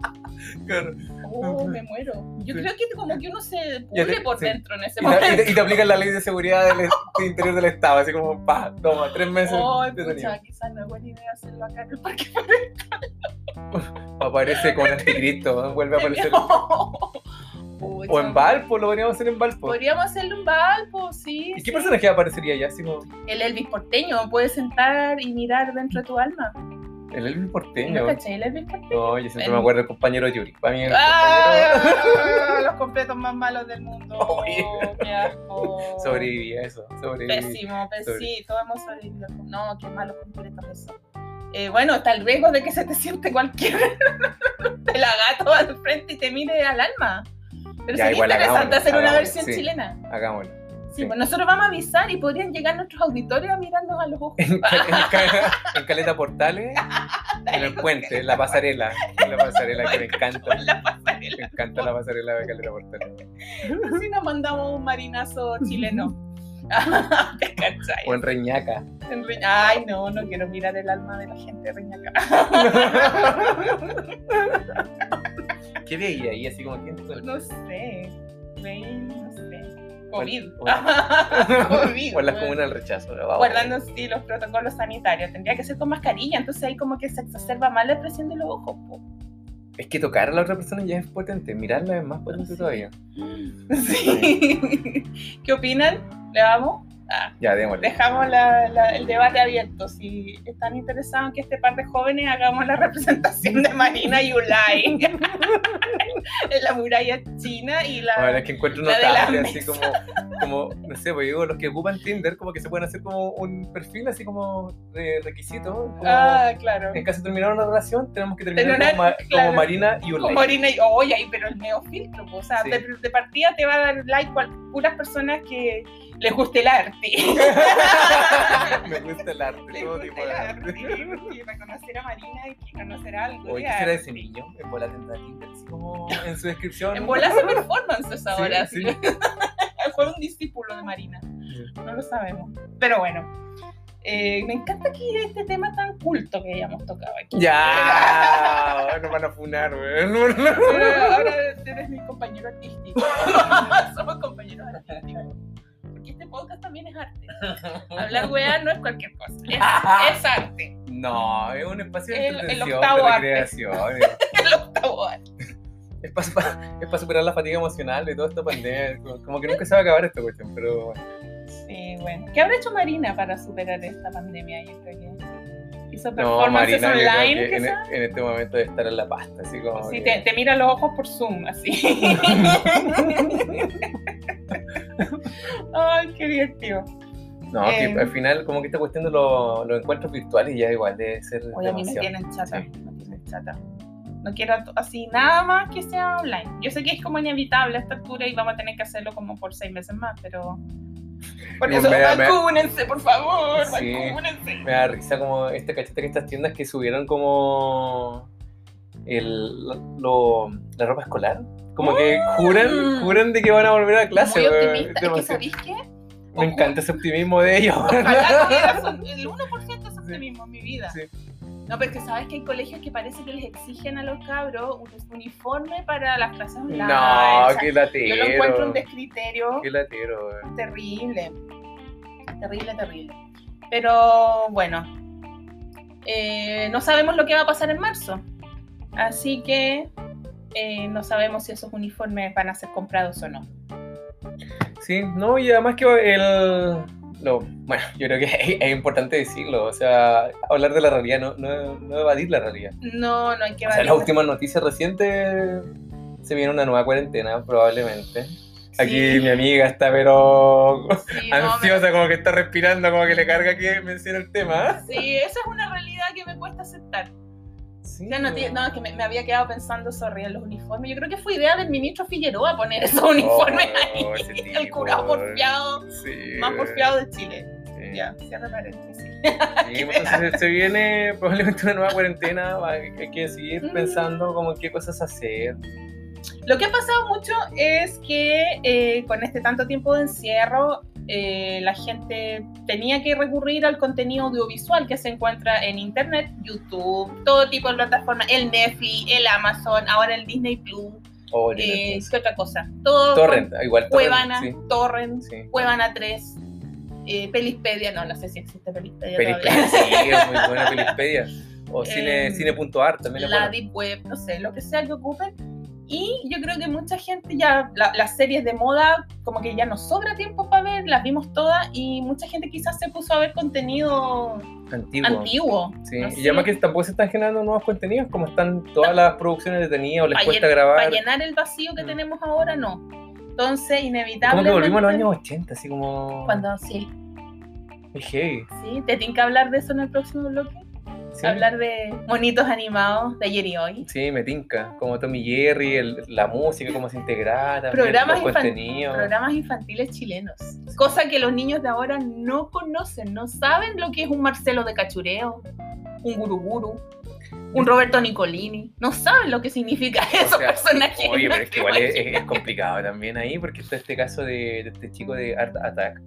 Claro.
Oh, me muero. Yo creo que como que uno se
Ya
pudre
te-
por
sí.
dentro en ese
Y, te- y
momento.
te, y te aplican la ley de seguridad del, del interior del Estado, así como, pa, toma, tres meses. [laughs]
Ay,
de sonido.
Oh, pucha, quizás no es buena idea hacerlo acá en el parque.
Aparece con anticristo, ¿eh? vuelve a aparecer.
[laughs] Pucha.
O en Valpo, lo podríamos hacer en Valpo.
Podríamos hacerle un Valpo, sí.
¿Y
sí.
qué personaje aparecería ya? Así como
El Elvis porteño, puedes sentar y mirar dentro de tu alma.
el Elvis
¿No
porteño.
cachai el Elvis porteño?
No, yo siempre
El-
me acuerdo del compañero Yuri. Para mí el compañero
¡Ah! Los completos más malos del mundo.
Oye.
Qué asco.
sobrevivía eso. Sobrevivía.
Pésimo, pésimo.
Sobre-
Sí, todos hemos sobrevivido. No, qué malos completos esos. Eh, bueno, está el riesgo de que se te siente cualquier [laughs] pelagato al frente y te mire al alma. Pero
Ya,
sería
igual
interesante
hagámoslo,
hacer una
hagámoslo,
versión
sí.
chilena.
Hagámoslo.
Sí,
Sí.
pues nosotros vamos a avisar y podrían llegar nuestros auditores a mirarnos a los ojos.
[laughs] [laughs] En, Cal- en Cal- en Caleta Portales, en el puente, en la pasarela. En la pasarela que me encanta.
[laughs] Con la pasarela.
Me encanta la pasarela de Caleta Portales.
Si nos mandamos un marinazo
[laughs]
chileno. [laughs] ¿Te cachai?
O en Reñaca.
En Reña- Ay, no, no quiero mirar el alma de la gente de Reñaca.
¿Qué veía ahí? Así como que.
No sé. Rey, no sé. COVID.
Bueno,
[laughs] COVID.
O en las
bueno.
comunas del rechazo. ¿no?
Guardando sí, los protocolos sanitarios. Tendría que ser con mascarilla. Entonces ahí como que se exacerba más la expresión de los ojos. po. [laughs]
Es que tocar a la otra persona ya es potente. Mirarla es más potente
Sí.
todavía.
Sí. ¿Qué opinan? ¿Le vamos? Ah,
Ya, démosle.
Dejamos la- la- el debate abierto. Si están interesados en que este par de jóvenes hagamos la representación de Marina Yulai [laughs] en la muralla china y la.
Ahora es que encuentro
La de la
notable, así
mesa.
como, como, no sé, pues digo, los que ocupan Tinder, como que se pueden hacer como un perfil así como de requisito. Como,
Ah, claro.
En caso de terminar una relación, tenemos que terminar
Tener una-
como, ma-
claro.
como Marina y un
Como
like.
orina y oye, ahí, pero el neofiltro, po, o sea,
Sí.
de, de partida te va a dar like cual, puras personas que les guste el arte. [laughs]
[laughs] Me gusta el arte,
les
todo
guste
tipo
el
de
arte,
arte.
y reconocer a Marina y que conocer algo.
Hoy
de
quisiera
arte.
ese niño, en bola tendrá Tinder, así como en su descripción.
En bolas de performances
Sí,
ahora,
sí. [laughs]
así que- fue un discípulo de Marina. No lo sabemos. Pero bueno, eh, me encanta que este tema tan culto que hayamos tocado aquí.
Ya, nos van a funar, weón. [laughs]
Pero ahora eres mi compañero artístico. [laughs] Somos compañeros artísticos. Porque este podcast también es [laughs] arte. Hablar weá no es cualquier cosa. Es, es arte. [laughs]
No, es un espacio
El-
de
el
entretención,
octavo
de
arte.
recreación. eh.
El octavo arte.
Es para, superar la fatiga emocional de toda esta pandemia. Como que nunca se va a acabar esta cuestión, pero bueno.
Sí, bueno. ¿Qué habrá hecho Marina para superar esta pandemia? Yo creo que hizo
No,
performances
Marina, yo creo
online,
que en,
quizás.
en este momento de estar en la pasta, así como.
Sí,
que-
te, te mira los ojos por Zoom,
[laughs]
así. [laughs] Ay, qué divertido.
No, que
eh.
al final, como que esta cuestión de lo- los encuentros virtuales ya igual debe ser.
Oye, a mí me
demasiado.
tienen chata,
Sí.
me tienen chata. No quiero to- así nada más que sea online. Yo sé que es como inevitable a esta altura y vamos a tener que hacerlo como por seis meses más, pero... Por
No,
eso,
me da- me da-
vacúnense, por favor,
Sí.
vacúnense.
Me da risa como este cachete que estas tiendas que subieron como el, lo- la ropa escolar. Como que juran,
Mm.
juran de que van a volver a clase.
Muy
weón.
optimista. Es que,
Demasiado.
¿sabéis qué?
Me encanta ese optimismo de ellos.
Ojalá tuviera son- el 1% de esos Eso mismo, mi vida.
Sí.
No, pero es que sabes que hay colegios que parece que les exigen a los cabros un uniforme para las clases online. O
[laughs] No,
sea,
qué
yo lo encuentro
latero.
un descriterio
Qué latero, weón.
terrible. Terrible, terrible. Pero bueno, eh, no sabemos lo que va a pasar en marzo. Así que eh, no sabemos si esos uniformes van a ser comprados o no.
Sí, no, y además que el... lo- bueno, yo creo que [laughs] es, es importante decirlo, o sea, hablar de la realidad, no, no, no evadir la realidad.
No, no hay que
O sea, las
evaluar.
últimas noticias recientes se viene una nueva cuarentena, probablemente. Aquí
Sí,
mi amiga está, pero [laughs]
sí, no, me-
ansiosa, como que está respirando, como que le carga que mencione el tema.
sí, esa es una realidad que me cuesta aceptar.
Sí, Oh,
Ya no, tiene- no, es que me, me había quedado pensando, sorry, en los uniformes. Yo creo que fue idea del ministro Figueroa poner esos uniformes
Oh,
ahí.
ese
[laughs] El
tipo,
curado
weón.
porfiado,
Sí,
más porfiado de Chile.
sí.
Ya, cierra paréntesis.
Sí, pues, entonces se, se viene probablemente una nueva cuarentena, va- hay que seguir
Mm.
pensando como qué cosas hacer.
Lo que ha pasado mucho es que eh, con este tanto tiempo de encierro, eh, la gente tenía que recurrir al contenido audiovisual que se encuentra en internet, YouTube, todo tipo de plataformas, el Netflix, el Amazon, ahora el Disney Plus,
O
eh,
Netflix.
¿qué otra cosa? Todo
Torrent, igual
con
Torrent,
Cuevana,
sí,
Torrent,
sí.
Cuevana 3, eh, Pelispedia, no, no sé si existe Pelispedia.
Pelispedia, sí, es muy buena Pelispedia.
[laughs]
O
Eh,
cine, cine.ar
todavía.
también es
la
bueno.
Deep Web, no sé, lo que sea que ocupen. Y yo creo que mucha gente ya, la- las series de moda, como que ya nos sobra tiempo para ver, las vimos todas y mucha gente quizás se puso a ver contenido
Antiguo.
antiguo.
Sí.
no
y
sé,
además que tampoco se están generando nuevos contenidos, como están todas las producciones detenidas o les
Pa'
cuesta
llen- Para
grabar.
llenar el vacío que
Mm.
tenemos ahora, no. Entonces, inevitablemente...
Como que volvimos a los años 80, así como.
Cuando sí,
Es heavy,
sí, te tienen que hablar de eso en el próximo bloque.
sí.
Hablar de monitos animados de ayer y hoy.
Sí, me tinca. Como Tommy Jerry, el- la música, cómo se integrara,
Programas
los
infan-
contenidos.
Programas infantiles chilenos. Cosa que los niños de ahora no conocen, no saben lo que es un Marcelo de Cachureo, un Guruguru, un Roberto Nicolini. No saben lo que
[laughs]
significa esos
sea,
personajes.
Oye,
¿no?
pero es
[laughs]
que igual es, es- es complicado también ahí, porque está este caso de, de este chico de Art Attack.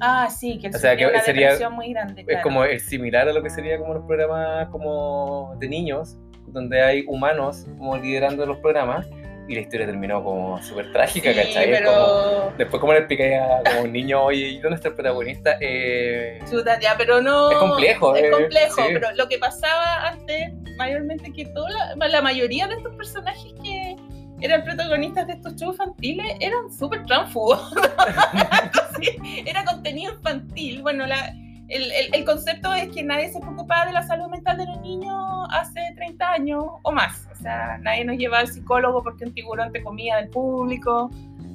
Ah, sí, que él
O sea,
sufrió
que
una
sería-
depresión muy grande.
Es
claro.
como el similar a lo que sería como los programas como de niños, donde hay humanos como liderando los programas, y la historia terminó como súper trágica,
Sí,
¿cachai? Es
pero...
como- después como le expliqué a como un niño, oye, ¿y dónde está el protagonista? Eh,
Chuta, ya, pero no.
Es complejo,
Es
eh,
complejo,
sí.
pero lo que pasaba antes, mayormente que toda la, la mayoría de estos personajes que eran protagonistas de estos shows infantiles eran súper tránfugos. [laughs] Entonces, era contenido infantil. Bueno, la- el, el- el concepto es que nadie se preocupaba de la salud mental de los niños hace 30 años o más. O sea, nadie nos llevaba al psicólogo porque un tiburón te comía del público.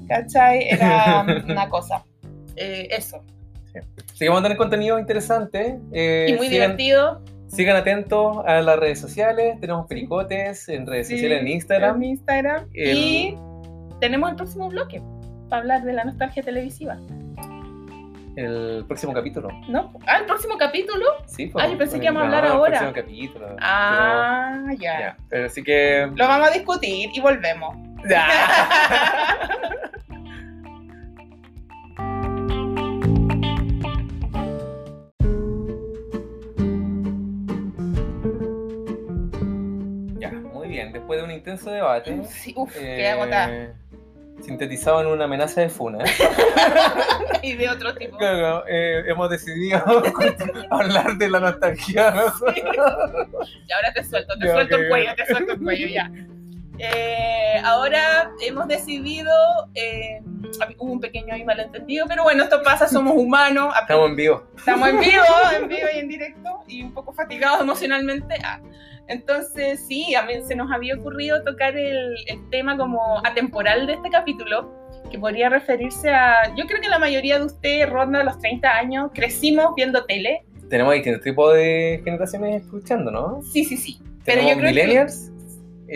¿Cachai?
[laughs]
Era una cosa. Eh, eso.
así que vamos a tener contenido interesante. eh,
Y muy
sigan-
divertido.
Sigan atentos a las redes sociales. Tenemos pericotes en redes
Sí,
sociales, en Instagram.
en Instagram.
El-
Y tenemos el próximo bloque para hablar de la nostalgia televisiva,
El próximo capítulo.
¿no? Ah, el próximo capítulo.
Sí,
Ah, yo pensé que íbamos a
no,
hablar
el
ahora.
próximo capítulo.
Ah, ya.
Pero, ya, pero así que.
Lo vamos a discutir y volvemos.
[laughs] ya, muy bien. Después de un intenso debate.
Sí, uf, qué
eh,
agotada. [laughs]
Sintetizado en una amenaza de funa. ¿eh?
Y de otro tipo.
[laughs] Claro, eh, hemos decidido [laughs] hablar de la nostalgia.
Y ahora te suelto, te
Ya,
suelto el
ok,
cuello,
ya.
te suelto el cuello,
[laughs]
ya. Eh, ahora hemos decidido, eh, hubo un pequeño ahí malentendido, pero bueno, esto pasa, somos humanos,
Estamos en vivo.
Estamos en vivo, en vivo y en directo y un poco fatigados emocionalmente. Ah, Entonces, sí, a mí se nos había ocurrido tocar el, el tema como atemporal de este capítulo, que podría referirse a, yo creo que la mayoría de ustedes ronda los 30 años, crecimos viendo tele.
Tenemos distintos tipos de generaciones escuchando, ¿no?
Sí, sí, sí. Pero
Tenemos
yo creo
millennials,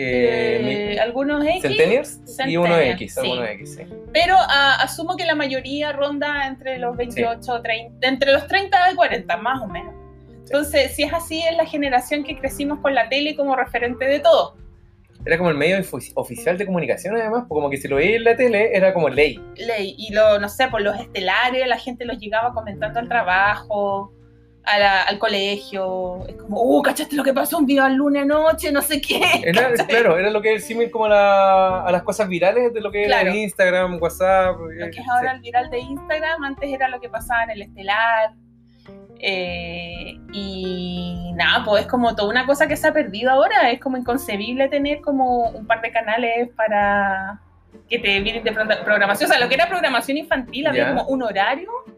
eh,
que eh,
mi-
algunos X,
centennials y uno
Centennials,
X.
sí.
algunos X, sí.
pero ah, asumo que la mayoría ronda entre los 28, 30, entre los 30 y 40, más o menos. Entonces, si es así, es la generación que crecimos con la tele como referente de todo.
Era como el medio ofi- oficial de comunicación, además, porque como que si lo veía en la tele, era como ley.
ley y lo no sé por los estelares la gente los llegaba comentando al trabajo a la- al colegio. Es como, uh, ¿cachaste lo que pasó un video al lunes anoche? No sé qué. [laughs]
Era,
¿cachai?
claro, era lo que es similar como a, la- a las cosas virales de lo que
Claro.
era Instagram, WhatsApp.
Lo
eh,
que es ahora el viral de Instagram, antes era lo que pasaba en el estelar. Eh, y nada, pues es como toda una cosa que se ha perdido ahora. Es como inconcebible tener como un par de canales para que te vienen de pro- programación. O sea, lo que era programación infantil, había
Ya.
como un horario.
sí.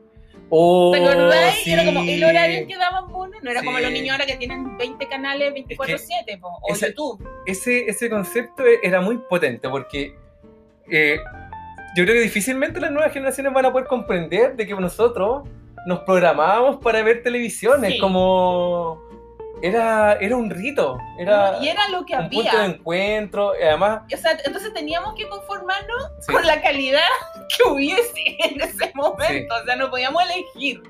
Oh,
¿Te acordáis?
sí.
Era como el horario en que daban mono. No era
Sí.
como los niños ahora que tienen 20 canales 24-7 po, o
esa-
YouTube.
ese, ese concepto e- era muy potente porque eh, yo creo que difícilmente las nuevas generaciones van a poder comprender de que nosotros nos programábamos para ver televisiones,
Sí.
como era, era un rito, era
y era lo que
un punto de
había.
encuentro, y además
O sea, entonces teníamos que conformarnos.
sí,
con la calidad [laughs] que hubiese en ese momento. O sea, no podíamos elegir.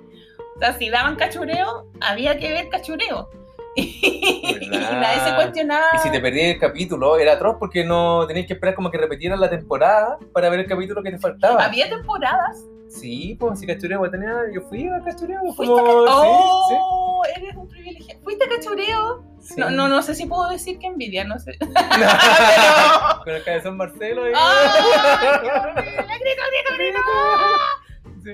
O sea, si daban cachureo, había que ver cachureo. [laughs] Y
¿Verdad?
nadie se cuestionaba.
Y si te perdías el capítulo, era atroz porque no tenías que esperar como que repetieran la temporada para ver el capítulo que te faltaba.
Había temporadas.
Sí, pues si Cachureo tenía, yo fui a Cachureo, como...
Fuiste a ca-
sí,
¡Oh! Eres un privilegiado. Fuiste a cachureo.
sí,
No,
sí.
no, no sé si puedo decir que envidia, no
[laughs]
sé.
No. [laughs] Con el cabezón Marcelo
Oh,
y...
¡Ay, Dios mío! ¡La grito, grito, grito!
Sí.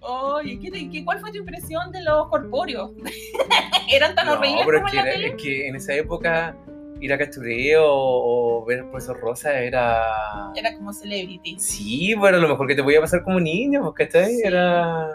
Oye, ¿qué te- qué- ¿cuál fue tu impresión de los corpóreos? [laughs] ¿Eran tan
No,
horribles
pero
como
es
en
que,
la
era-
tele?
es que en esa época ir a Cachureo o, o ver al profesor Rosa era...
Era como celebrity.
Sí, bueno, lo mejor que te podía pasar como niño, pues, ¿cachai?
Sí.
Era...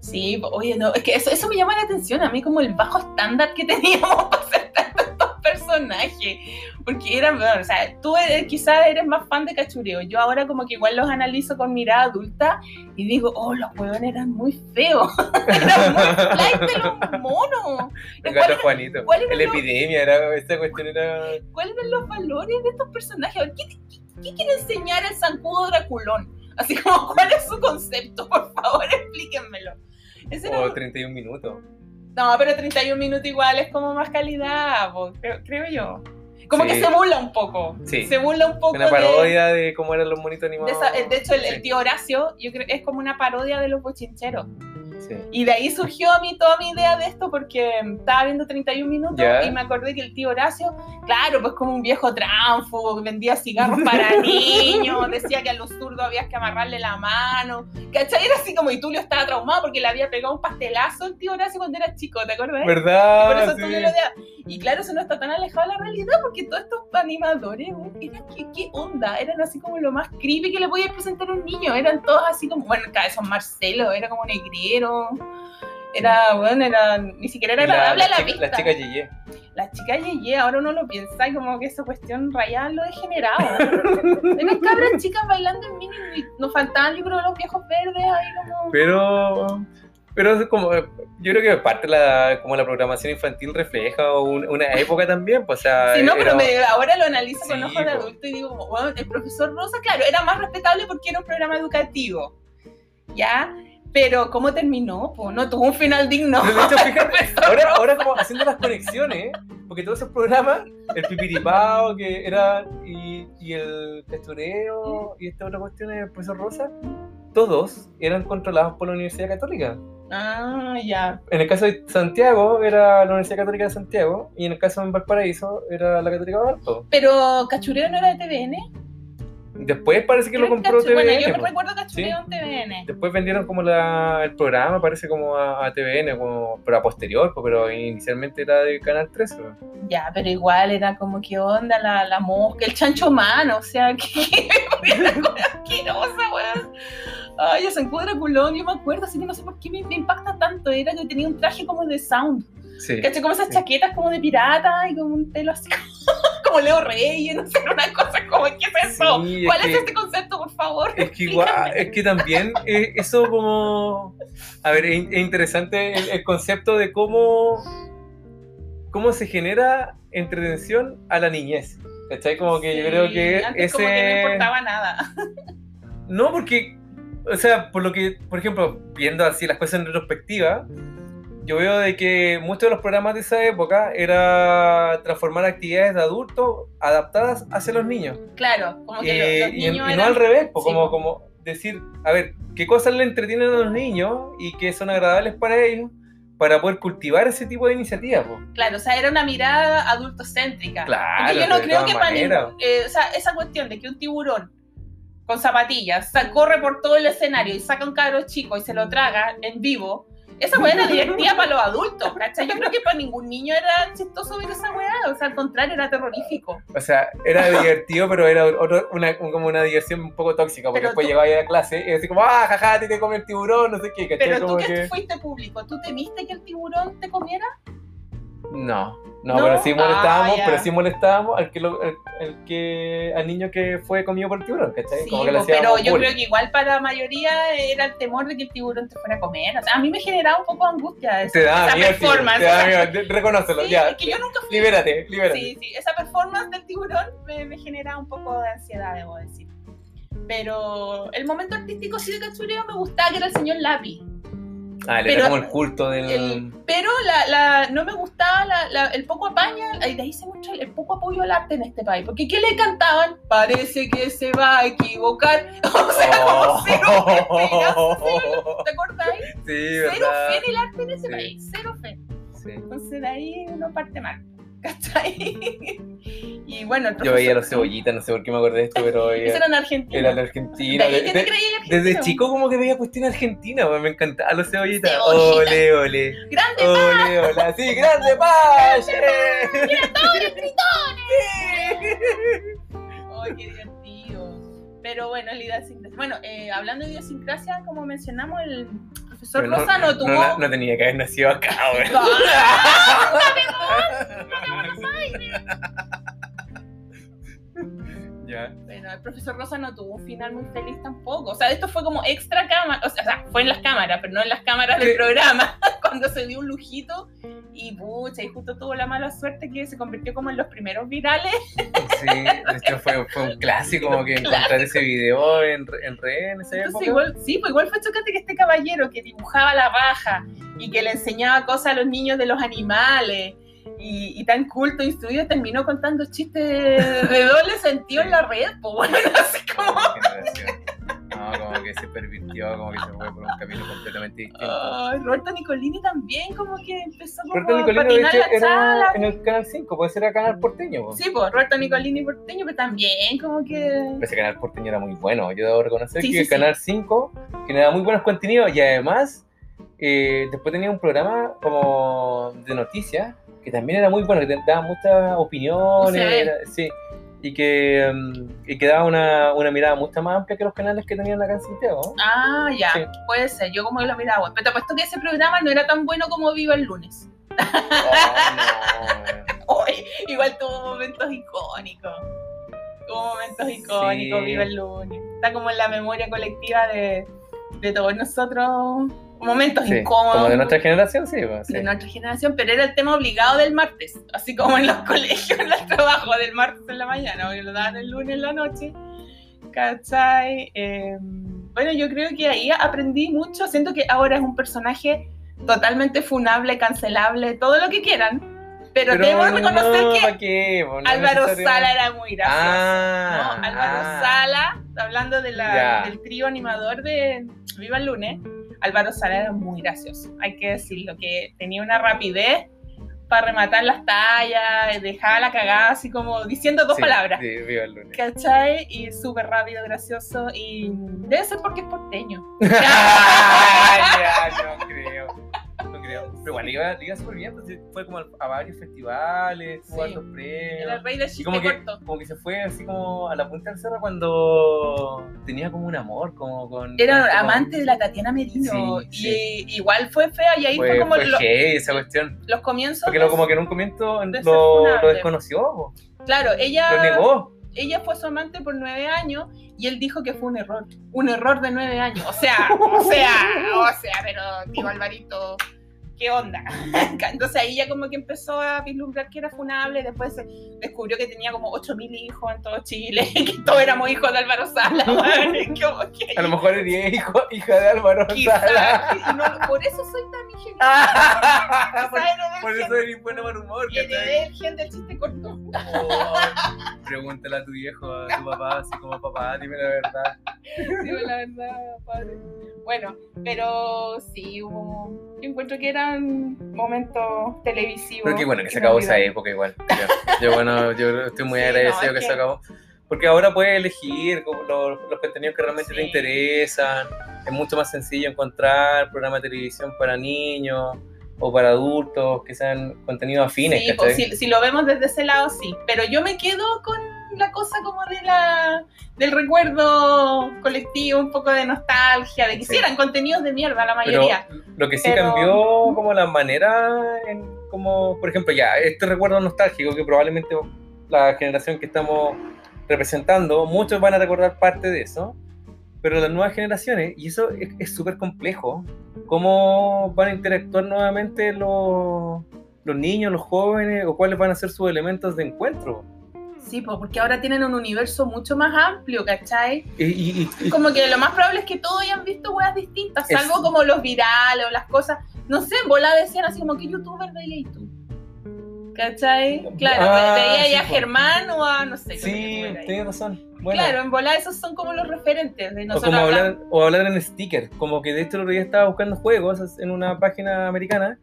Sí, po- oye, no, es que eso, eso me llama la atención a mí, como el bajo estándar que [laughs] teníamos para hacer tantos personajes. Porque eran, bueno, o sea, tú eres- quizás eres más fan de cachureo. Yo ahora, como que igual los analizo con mirada adulta y digo, oh, los huevones eran muy feos. [laughs] eran muy flight de los monos. ¿Cuál
El gato Juanito.
cuál era Este
La epidemia, era, esta cuestión era...
¿Cuáles son los valores de estos personajes? A ver, ¿qué, qué, qué quiere enseñar el zancudo Draculón? Así como, ¿cuál es su concepto? Por favor, [laughs] explíquenmelo. Ese era
O
un-
31 minutos.
No, pero 31 minutos igual es como más calidad, po, creo, creo yo. Como
Sí.
que se burla un poco.
Sí.
Se burla un poco.
Una
de-
parodia de, cómo eran los monitos
De,
animados.
esa- de hecho, el, el
Sí,
tío Horacio, yo creo es como una parodia de los bochincheros.
sí.
Y de ahí surgió a mí toda mi idea de esto porque estaba viendo 31 minutos
Ya.
y me acordé que el tío Horacio, claro, pues como un viejo tránfugo, vendía cigarros para niños, decía que a los zurdos había que amarrarle la mano. ¿Cachai? Era así como y Tulio estaba traumado porque le había pegado un pastelazo el tío Horacio cuando era chico, ¿te acuerdas? Y por
¿Verdad?
eso tú me lo odias. Y claro, eso no está tan alejado de la realidad porque todos estos animadores, güey, eran ¿qué, qué onda, eran así como lo más creepy que le podía presentar a un niño, eran todos así como, bueno, cabezón Marcelo, era como negrero, era, bueno, era, ni siquiera era agradable a la,
chica-
vista.
La chica Yeye.
La chica Yeye, ahora uno lo piensa y como que esa cuestión rayada en lo
[laughs]
degenerado. Eran cabras chicas bailando en mini, y nos faltaban, yo creo, los viejos verdes ahí como...
Pero, pero es como, yo creo que parte la, como la programación infantil refleja un- una época también, pues, o sea,
Sí, no,
era-
pero me- ahora lo analizo con
Sí,
ojos de
po.
adulto y digo, como, bueno, el profesor Rosa, claro, era más respetable porque era un programa educativo, ¿ya? Pero ¿cómo terminó? Pues no tuvo un final digno.
Pero
[laughs]
de hecho, fíjate, ahora, ahora como haciendo las conexiones, ¿eh? porque todos esos programas, el pipiripao que era, y, y el castureo, y esta otra cuestión del profesor Rosa, todos eran controlados por la Universidad Católica.
Ah, ya.
En el caso de Santiago, era la Universidad Católica de Santiago, y en el caso de Valparaíso, era la Católica de Valpo.
Pero Cachureo no era de TVN.
Después parece que lo
Creo que
compró
Cachu- Bueno,
TVN,
yo me
pues.
recuerdo Cachureo en TVN.
Después vendieron como la, el programa, parece como a, a TVN, como, pero a posterior, pues, pero inicialmente era de Canal 13. pues.
Ya, pero igual era como, ¿qué onda? La, la mosca, el chancho humano, o sea, [laughs] qué asquerosa, weón. Ay, ese encuadra culón, yo me acuerdo, así que no sé por qué me, me impacta tanto. Era que tenía un traje como de sound.
Sí.
¿Cachai? Como esas
Sí.
chaquetas como de pirata y como un pelo así [laughs] como- como Leo Reyes, no sé, era una cosa como, ¿qué es eso?
Sí, es
¿Cuál es
que-
este concepto, por favor?
Es que igual, ah, es que también eh, eso como... A ver, es, es interesante el, el concepto de cómo, cómo se genera entretención a la niñez. ¿Cachai? Como que yo
Sí,
creo que
antes
ese...
como que no importaba nada. [laughs]
No, porque, o sea, por lo que, por ejemplo, viendo así las cosas en retrospectiva, yo veo de que muchos de los programas de esa época era transformar actividades de adultos adaptadas hacia los niños.
Claro, como que
Eh,
los, los
y, en-
niños
y no
eran...
al revés, pues,
sí, pues.
como, como decir, a ver, qué cosas le entretienen a los niños y que son agradables para ellos, para poder cultivar ese tipo de iniciativas. po.
Claro, o sea, era una mirada adultocéntrica.
Claro,
Porque yo no
de
creo
todas
que para
maneras.
ningún- eh, o sea, esa cuestión de que un tiburón con zapatillas sa- corre por todo el escenario y saca un cabro chico y se lo traga en vivo, esa weá era divertida para los adultos, ¿cachai? Yo creo que para ningún niño era chistoso ver esa weá, o sea, al contrario, era terrorífico.
O sea, era divertido, pero era otro- una, un- como una diversión un poco tóxica, porque
Pero
después
tú-
llegaba ahí a la clase y así como, ah, jaja, a ti te come el tiburón, no sé qué, ¿cachai?
Pero tú
Como
que,
que-
fuiste público, ¿tú temiste que el tiburón te comiera?
No, no,
¿No?
pero sí molestábamos,
Ah, ya.
pero sí molestábamos al que, lo- al, al que, al niño que fue comido por el tiburón, ¿cachai?
Sí,
como que le
pues, pero
hacíamos
yo
bullying.
creo que igual para la mayoría era el temor de que el tiburón te fuera a comer. O sea, a mí me generaba un poco de angustia eso.
Te daba
esa
miedo, el tiburón,
performance.
te daba miedo, de- reconócelo,
Sí,
ya,
es que yo nunca fui.
libérate, libérate.
Sí, sí, esa performance del tiburón me, me genera un poco de ansiedad, debo decir. Pero el momento artístico sí de Katsureo me gustaba, que era el señor Lapi.
Ah, le
Pero-
da como el culto del...
el- Pero la, la- no me gustaba la- la- el poco apaña, ahí de ahí se muestra el poco apoyo al arte en este país. Porque ¿qué le cantaban? Parece que se va a equivocar. [laughs] O sea,
Oh.
como cero esperanza, ¿Te acordáis?
Sí,
Cero
verdad.
fe en el arte en ese
Sí.
país, cero fe.
Sí.
Entonces de ahí uno parte mal. [laughs] ¿Cachai? Y bueno, el
Yo
profesor-
veía los cebollitas, no sé por qué me acordé de esto, pero
[laughs] Ese
veía-
era en Argentina.
era la Argentina.
¿De ahí
de-
que
de-
te creí el argentino?
Desde chico como que veía cuestión argentina, pues, me encantaba los cebollitas.
Cebollita.
Ole, ole.
Grande,
Ole, ole. Sí, grande Pache. Oh.
¡Ay, qué divertido! Pero bueno, la idiosincrasia. Bueno, eh, hablando de idiosincrasia, como mencionamos, el profesor
Pero no-
Rosano tuvo. Ah,
No, no, no tenía que haber nacido acá, güey. [laughs] Ya.
Bueno, el profesor Rosano tuvo un final muy feliz tampoco. O sea, esto fue como extra cámara. O sea, o sea, fue en las cámaras, pero no en las cámaras del
Sí.
programa. [laughs] Cuando se dio un lujito y pucha, y justo tuvo la mala suerte que se convirtió como en los primeros virales.
Sí, de hecho fue, fue un clásico como que encontrar ese video en, re- en red en esa
Entonces,
época.
igual, sí, pues igual fue chocante que este caballero que dibujaba la raja y que le enseñaba cosas a los niños de los animales y, y tan culto, instruido, terminó contando
[laughs]
chistes de doble sentido en la red. Pues bueno, [laughs] así como.
Como generación. No, como que se pervirtió, como que se fue por un camino completamente distinto.
Ay, Roberto Nicolini también, como que empezó Ah, como
Roberto
a
Nicolino, de
patinar
hecho,
la
era
chala.
en el canal 5, puede ser a canal porteño. pues.
Sí, pues Roberto Nicolini porteño, pero también como que.
Pero ese canal porteño era muy bueno. Yo debo reconocer
Sí,
que
sí,
el
sí.
canal 5 generaba muy buenos contenidos y además eh, después tenía un programa como de noticias que también era muy bueno, que te daba muchas opiniones,
Sí.
era- sí, y que, mm, y que daba una, una mirada mucho más amplia que los canales que tenían acá
[laughs]
en Santiago.
Ah, ya,
Sí.
puede ser. Yo como que lo miraba. Pero te apuesto que ese programa no era tan bueno como Viva el lunes.
Ah,
Oye, igual tuvo momentos icónicos. Tuvo momentos icónicos,
Sí.
viva el lunes. Está como en la memoria colectiva de, de todos nosotros. Momentos
Sí,
incómodos.
como de nuestra generación, sí. pues, sí.
de nuestra generación, pero era el tema obligado del martes, así como en los [laughs] colegios, en los trabajos del martes en la mañana, porque lo daban el lunes en la noche, ¿cachai? Eh, bueno, yo creo que ahí aprendí mucho, siento que ahora es un personaje totalmente funable, cancelable, todo lo que quieran, pero,
Pero
tenemos que reconocer
no,
que
¿pa' qué? pues, no es
Álvaro
necesario.
Sala era muy gracioso.
Ah,
No, Álvaro
ah.
Sala, hablando de la-
Ya.
del trío animador de Viva el Lunes, Álvaro Sala era muy gracioso, hay que decirlo, que tenía una rapidez para rematar las tallas, dejaba la cagada así como diciendo dos
Sí,
palabras.
sí, viva el lunes.
¿Cachai? Y súper rápido, gracioso. Y debe ser porque es
[laughs]
porteño. [laughs]
Ay, ya, no creo. No creo. Pero igual, iba, iba súper bien. pues, fue como a varios festivales, tuvo
Sí.
hartos
Era el
premios.
rey del
como
chiste
que-
corto.
Como que se fue así como a la punta del cerro cuando tenía como un amor, como con. con- este
Era
como-
amante de la Tatiana Merino.
Sí,
y
sí.
igual fue fea y ahí fue,
Fue,
como
fue
lo-
gay esa cuestión.
los comienzos.
Porque lo,
de-
como que en un comienzo
de ser
lo, lo
funable.
desconoció, po.
Claro, ella...
lo negó.
ella fue su amante por nueve años y él dijo que fue un error, un error de nueve años. O sea, o sea, o sea, pero tío Alvarito, ¿qué onda? [laughs] Entonces ahí ya como que empezó a vislumbrar que era funable, después se descubrió que tenía como ocho mil hijos en todo Chile, [laughs] que todos éramos hijos de Álvaro
[laughs]
Sala, weón, como que
A lo mejor era hijo, hija de Álvaro Sala. [laughs]
quizá, y no- por eso soy tan ingeniosa.
Ah, por,
Quizá heredé el
por
gen-
eso era bueno mal humor. ¿cachai?
[laughs] heredé el gen del chiste corto.
Oh, Pregúntale a tu viejo, a tu papá, así como papá, dime la verdad.
Digo la verdad, padre. Bueno, pero sí, hubo. Yo encuentro que eran momentos televisivos.
Pero qué bueno que se acabó esa
inolvidables.
época igual. Yo, yo, bueno, yo estoy muy
Sí, no, es
agradecido que,
que-
se acabó. Porque ahora puedes elegir como los, los contenidos que realmente te
Sí.
interesan. Es mucho más sencillo encontrar programas de televisión para niños o para adultos que sean contenidos afines.
Sí,
¿cachai?
pues, si, si lo vemos desde ese lado, sí. Pero yo me quedo con la cosa como de la del recuerdo colectivo, un poco de nostalgia, de que sí
Sí.
eran contenidos de mierda la
Pero
mayoría.
lo que sí
Pero-
cambió como la manera, en, como por ejemplo ya, este recuerdo nostálgico que probablemente la generación que estamos representando, muchos van a recordar parte de eso, pero las nuevas generaciones, y eso es es súper complejo, cómo van a interactuar nuevamente los, los niños, los jóvenes, o cuáles van a ser sus elementos de encuentro.
Sí, pues, porque ahora tienen un universo mucho más amplio, ¿cachai?
Y, y- y- y-
Como que lo más probable es que todos hayan visto weas distintas,
Es-
salvo como los virales o las cosas. No sé, en volada decían así como, ¿qué youtuber veías tú? ¿Cachai? Claro,
Ah,
ve- veía
sí,
ahí a
pues.
Germán o a no sé. qué otro
sí,
youtuber ahí.
tienes razón. Bueno,
Claro, en volada esos son como los referentes. De
O
nosotros
como
hablamos-
hablar, o hablar en sticker, como que de hecho el otro día estaba buscando juegos en una página americana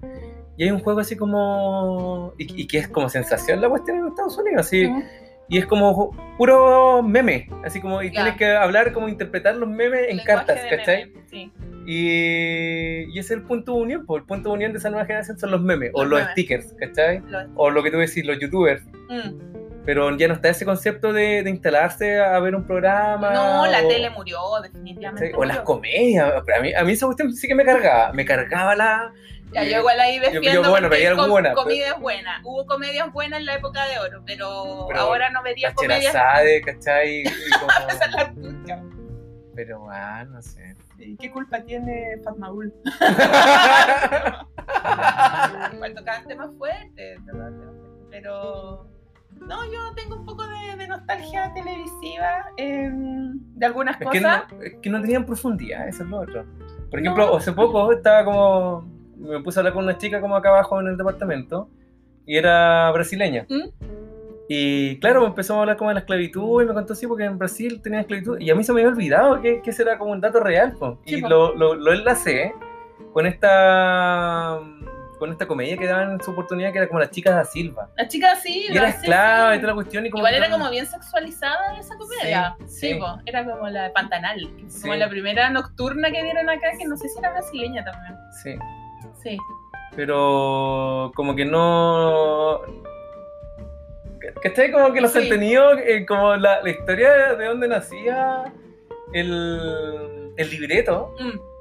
y hay un juego así como... y, y que es como sensación la cuestión en Estados Unidos, así,
Ujú.
y es como puro meme, así como, y
Ya.
tienes que hablar como interpretar los memes en
Lenguaje
cartas,
de
¿cachai?
meme, sí.
Y, y ese es el punto de unión, pues el punto de unión de esa nueva generación son los memes, o
Los
los
memes.
stickers, ¿cachai?
Lo-
O lo que tú decís, los youtubers,
mm.
pero ya no está ese concepto de, de instalarse a ver un programa.
No, la
Ah, o-
tele murió,
Sí,
definitivamente.
O las
murió.
comedias. pero A mí, a mí esa cuestión sí que me cargaba. Me cargaba la.
Ya, yo igual ahí defiendo
yo, bueno,
porque
veía
com-
alguna, pues.
comida es buena. Hubo comedias buenas en la época de oro, pero,
Pero
ahora no
La
vería comedias.
cherazade, ¿cachai? Y como-
Esa es la tuya.
Pero ah, no sé.
Eh, ¿Qué culpa tiene
[laughs]
Fatmaul? Cuando tocaban Pues temas fuertes, tocaban temas fuertes, pero no, yo tengo un poco de, de nostalgia televisiva em, de algunas
es, que
cosas.
no, es que no tenían profundidad, eso es lo otro. Por
No.
ejemplo, hace poco estaba como. Me puse a hablar con una chica como acá abajo en el departamento. Y era brasileña.
¿Mm?
Y claro, empezamos a hablar como de la esclavitud y me contó así porque en Brasil tenía esclavitud. Y a mí se me había olvidado que, que ese era como un dato real. po.
Sí,
y
po.
lo, lo, lo enlacé con esta con esta comedia que daban en su oportunidad que era como las chicas da Silva.
La chica sí,
Y era
sí,
esclava
sí.
y toda la cuestión. Y como
Igual
que
era
daban-
como bien sexualizada esa comedia.
Sí,
Sí,
sí.
po, era como la de Pantanal, que es como
Sí.
la primera nocturna que dieron acá, que no sé si era brasileña también.
Sí,
Sí.
pero como que no... Que esté como que los
Sí.
contenidos, eh, como la, la historia de dónde nacía el, el libreto.
Mm.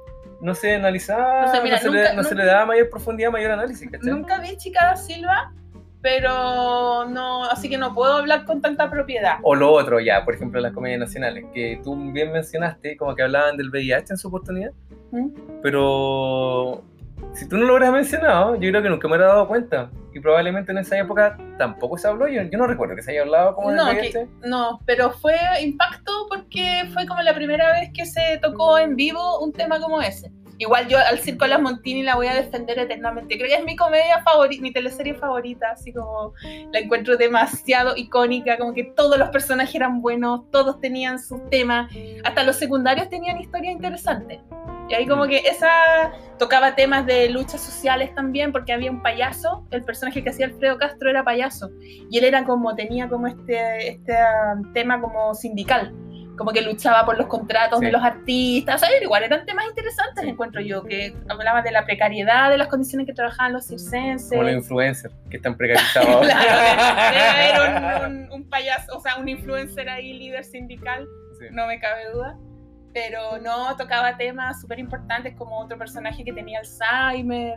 no se analizaba,
O sea, mira,
no, se
nunca-
le, no se
nunca-
le daba mayor profundidad, mayor análisis, ¿cachai?
Nunca vi Chica da Silva, pero no, así que no puedo hablar con tanta propiedad.
O lo otro, ya, por ejemplo, las comedias nacionales, que tú bien mencionaste, como que hablaban del VIH en su oportunidad,
¿Mm?
pero si tú no lo hubieras mencionado, yo creo que nunca me hubiera dado cuenta. Y probablemente en esa época tampoco se habló, yo, yo no recuerdo que se haya hablado como del
No,
VIH.
que- no, pero fue impacto porque fue como la primera vez que se tocó en vivo un tema como ese. Igual yo al Circo de las Montini la voy a defender eternamente. Creo que es mi comedia favorita, mi teleserie favorita, así como la encuentro demasiado icónica, como que todos los personajes eran buenos, todos tenían sus temas, hasta los secundarios tenían historias interesantes. Y ahí como que esa tocaba temas de luchas sociales también, porque había un payaso, el personaje que hacía Alfredo Castro era payaso y él era como tenía como este este um, tema como sindical como que luchaba por los contratos
Sí.
de los artistas o sea, era igual eran temas interesantes encuentro yo que hablaba de la precariedad de las condiciones en que trabajaban los circenses
Como los influencers, que están precarizados. ahora.
[laughs] Claro, debe haber un, un- un payaso, o sea, un influencer ahí, líder sindical,
Sí.
no me cabe duda. Pero no, tocaba temas súper importantes como otro personaje que tenía Alzheimer,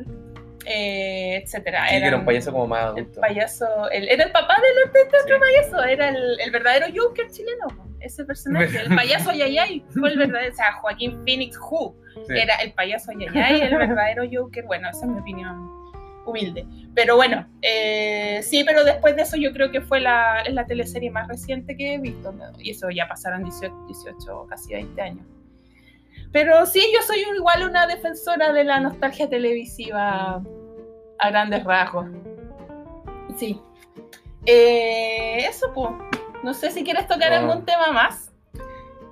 eh, etcétera.
Sí, que era un
Eran-
payaso como más
el
adulto.
payaso, el- era el papá del artista
Sí.
payaso, era el, el verdadero Joker chileno, po, ese personaje, el payaso Yayay, fue el verdadero, o sea, Joaquín Phoenix Who,
Sí.
era el payaso Yayay, el verdadero Joker, bueno, esa es mi opinión humilde, pero bueno, eh, sí, pero después de eso yo creo que fue la, es la teleserie más reciente que he visto, ¿no? y eso ya pasaron 18, 18, casi 20 años. Pero sí, yo soy igual una defensora de la nostalgia televisiva a grandes rasgos. Sí. Eh, eso, pues. No sé si quieres tocar
No.
algún tema más.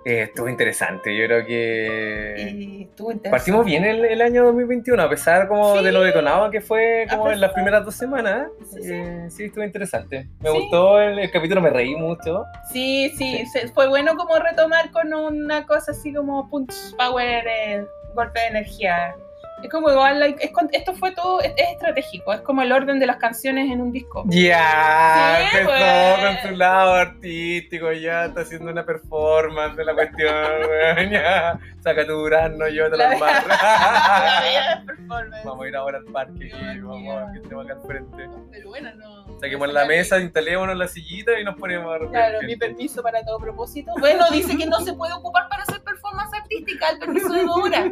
Eh, estuvo interesante, yo creo que...
Y tú intentas-
Partimos bien el, el año 2021, a pesar como
Sí.
de lo detonado que fue
A
como en las
pesar.
primeras dos semanas.
Sí, sí.
Eh, sí, estuvo interesante. Me
Sí.
gustó el, el capítulo, me reí mucho.
Sí, sí, se- fue bueno como retomar con una cosa así como punch power, eh, golpe de energía. Es como igual, like, es con- esto fue todo, es, es estratégico, es como el orden de las canciones en un [laughs] disco.
Ya,
Sí,
empezó
pues.
con su lado artístico, ya está haciendo una performance de la cuestión, [laughs] weón, ya. Saca tu durazno, yo te
La
la
vida- [laughs]
embarro.
la vida de performance.
Ah, Vamos a ir ahora al parque,
Yo
aquí,
no
vamos
quiero.
a que estemos acá al frente.
Pero bueno, no.
Saquemos la mesa, instalémonos en la sillita y nos ponemos a romper
Claro, mi
gente.
permiso para todo propósito. Bueno, dice que no se puede ocupar para hacer performance artística, el permiso de dos horas.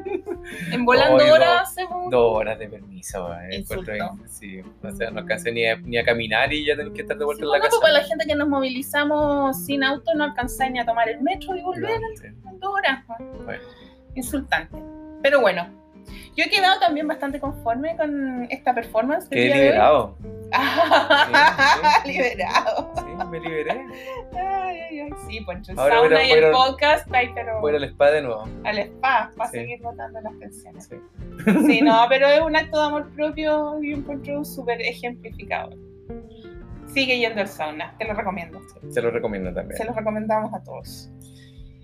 En volando
Hoy dos-
horas, según.
Dos horas de permiso, weón,
Insulto.
encuentro- Sí, o sea, no alcancé ni a, ni a caminar y ya tenés que estar de vuelta
Sí,
en la
bueno,
casa.
pues, para la gente que nos movilizamos sin auto, no alcanzáis ni a tomar el metro y volver.
Sí.
en dos horas. ¿no?
Bueno.
Insultante. Pero bueno, yo he quedado también bastante conforme con esta performance. del
Quedé
día de hoy.
liberado.
[laughs]
Sí, sí.
liberado.
Sí, me liberé.
Ay, ay, ay. Sí, pues entre el
Ahora
sauna
voy a-
y el
voy a-
podcast, ay, pero
Voy al spa de nuevo.
al spa, para
Sí.
seguir notando las
[laughs]
tensiones.
Sí.
Sí, no, pero es un acto de amor propio y un encuentro súper ejemplificado. Sigue yendo al sauna, te lo recomiendo.
Se lo recomiendo también.
Se los recomendamos a todos.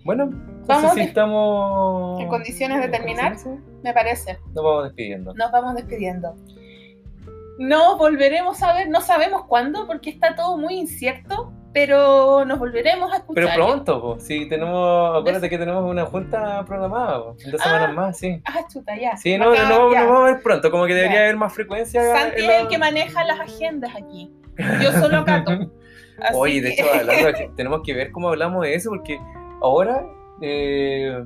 Bueno, entonces
Vamos
sí
de-
estamos
En condiciones de
en
terminar,
condiciones,
me parece.
sí. Nos vamos despidiendo.
nos vamos despidiendo. Nos volveremos a ver, no sabemos cuándo, porque está todo muy incierto, pero nos volveremos a escuchar.
Pero pronto, po. sí, tenemos, acuérdate que tenemos una junta programada, po, en dos
Ah.
semanas más, sí.
Ah, chuta, ya.
Sí, no, no,
Acá,
no,
ya.
nos vamos a ver pronto, como que debería
Ya.
haber más frecuencia. en
Santi es
la-
el que maneja las agendas aquí. Yo solo
[laughs]
acato. Así
Oye, de
que-
hecho,
[laughs]
hablando de que tenemos que ver cómo hablamos de eso, porque ahora eh,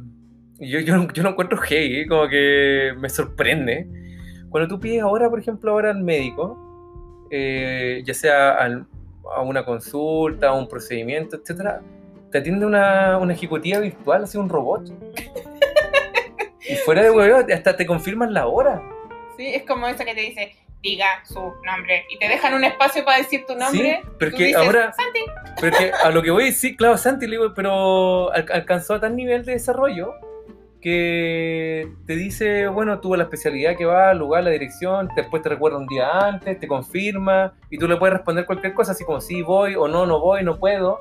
yo, yo, no- yo no encuentro hey, como que me sorprende. Cuando tú pides ahora, por ejemplo, ahora al médico, eh, ya sea al- a una consulta, a un procedimiento, etcétera, te atiende una, una ejecutiva virtual, así
[laughs]
un robot. Y fuera de huevo, hasta te confirman la hora.
Sí, es como esa que te dice, diga su nombre. Y te dejan un espacio para decir tu nombre.
Sí, pero
Tú
que
dices,
ahora-
Santi.
Pero es que a lo que voy, sí, claro, Santi, le digo, pero al- alcanzó a tal nivel de desarrollo que te dice, bueno, tuvo la especialidad que va, al lugar, la dirección, después te recuerda un día antes, te confirma, y tú le puedes responder cualquier cosa, así como sí, voy o no, no voy, no puedo,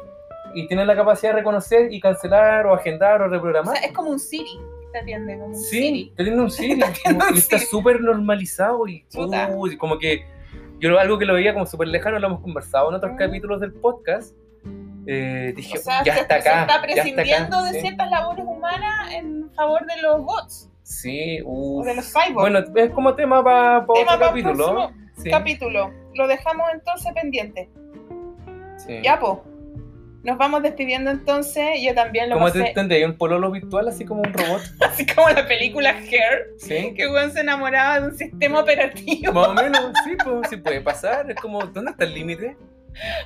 y tienes la capacidad de reconocer y cancelar o agendar o
O
reprogramar.
sea, es como un Siri. Te atiende como un
Sí,
Siri.
te tiene
[laughs]
un Siri.
tiene un
y está
Siri.
súper normalizado y
Puta.
uy, como que yo algo que lo veía como súper lejano, lo hemos conversado en otros
Mm.
capítulos del podcast. eh, dije,
O sea,
ya
se,
está
se
acá.
está
ya está
prescindiendo
acá.
de
sí.
ciertas labores humanas en favor de los bots.
Sí, uf.
O de los cyborgs.
Bueno, es como tema para
Tema
otro
para
capítulo.
próximo
Sí,
capítulo. Lo dejamos entonces pendiente.
sí.
Ya, po. Nos vamos despidiendo entonces. Yo también lo
¿Cómo te
pasé
entendí? ¿Un pololo virtual así como un
[laughs]
robot?
así como la película Hair,
Sí.
que Juan se enamoraba de un sistema operativo. [laughs]
Más o menos, sí, pues, sí puede pasar. Es como, ¿dónde está el límite?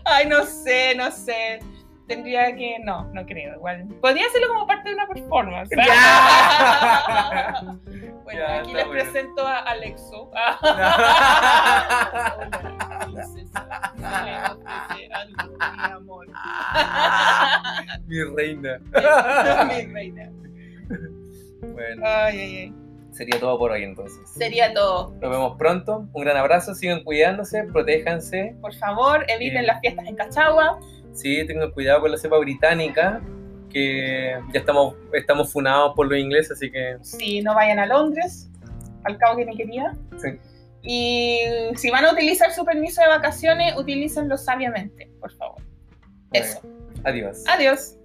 Ay, no sé, no sé. Tendría que. No, no creo. Igual. Podría hacerlo como parte de una performance.
Ya.
[laughs] Bueno,
Ya,
aquí
está
les
bueno.
presento a Alexo.
[laughs]
Ah. [laughs]
[laughs] Mi reina.
[laughs] Mi reina.
Bueno,
Ay, ay, ay.
sería todo por hoy entonces.
Sería todo.
Nos vemos pronto. Un gran abrazo. Sigan cuidándose, protéjanse.
Por favor, eviten
Sí.
las fiestas en Cachagua.
Sí, tengan cuidado con la cepa británica, que ya estamos, estamos funados por los ingleses, así que
Si no vayan a Londres, al cabo que no quería.
Sí.
Y si van a utilizar su permiso de vacaciones, utilícenlo sabiamente, por favor. Eso.
adiós.
Adiós.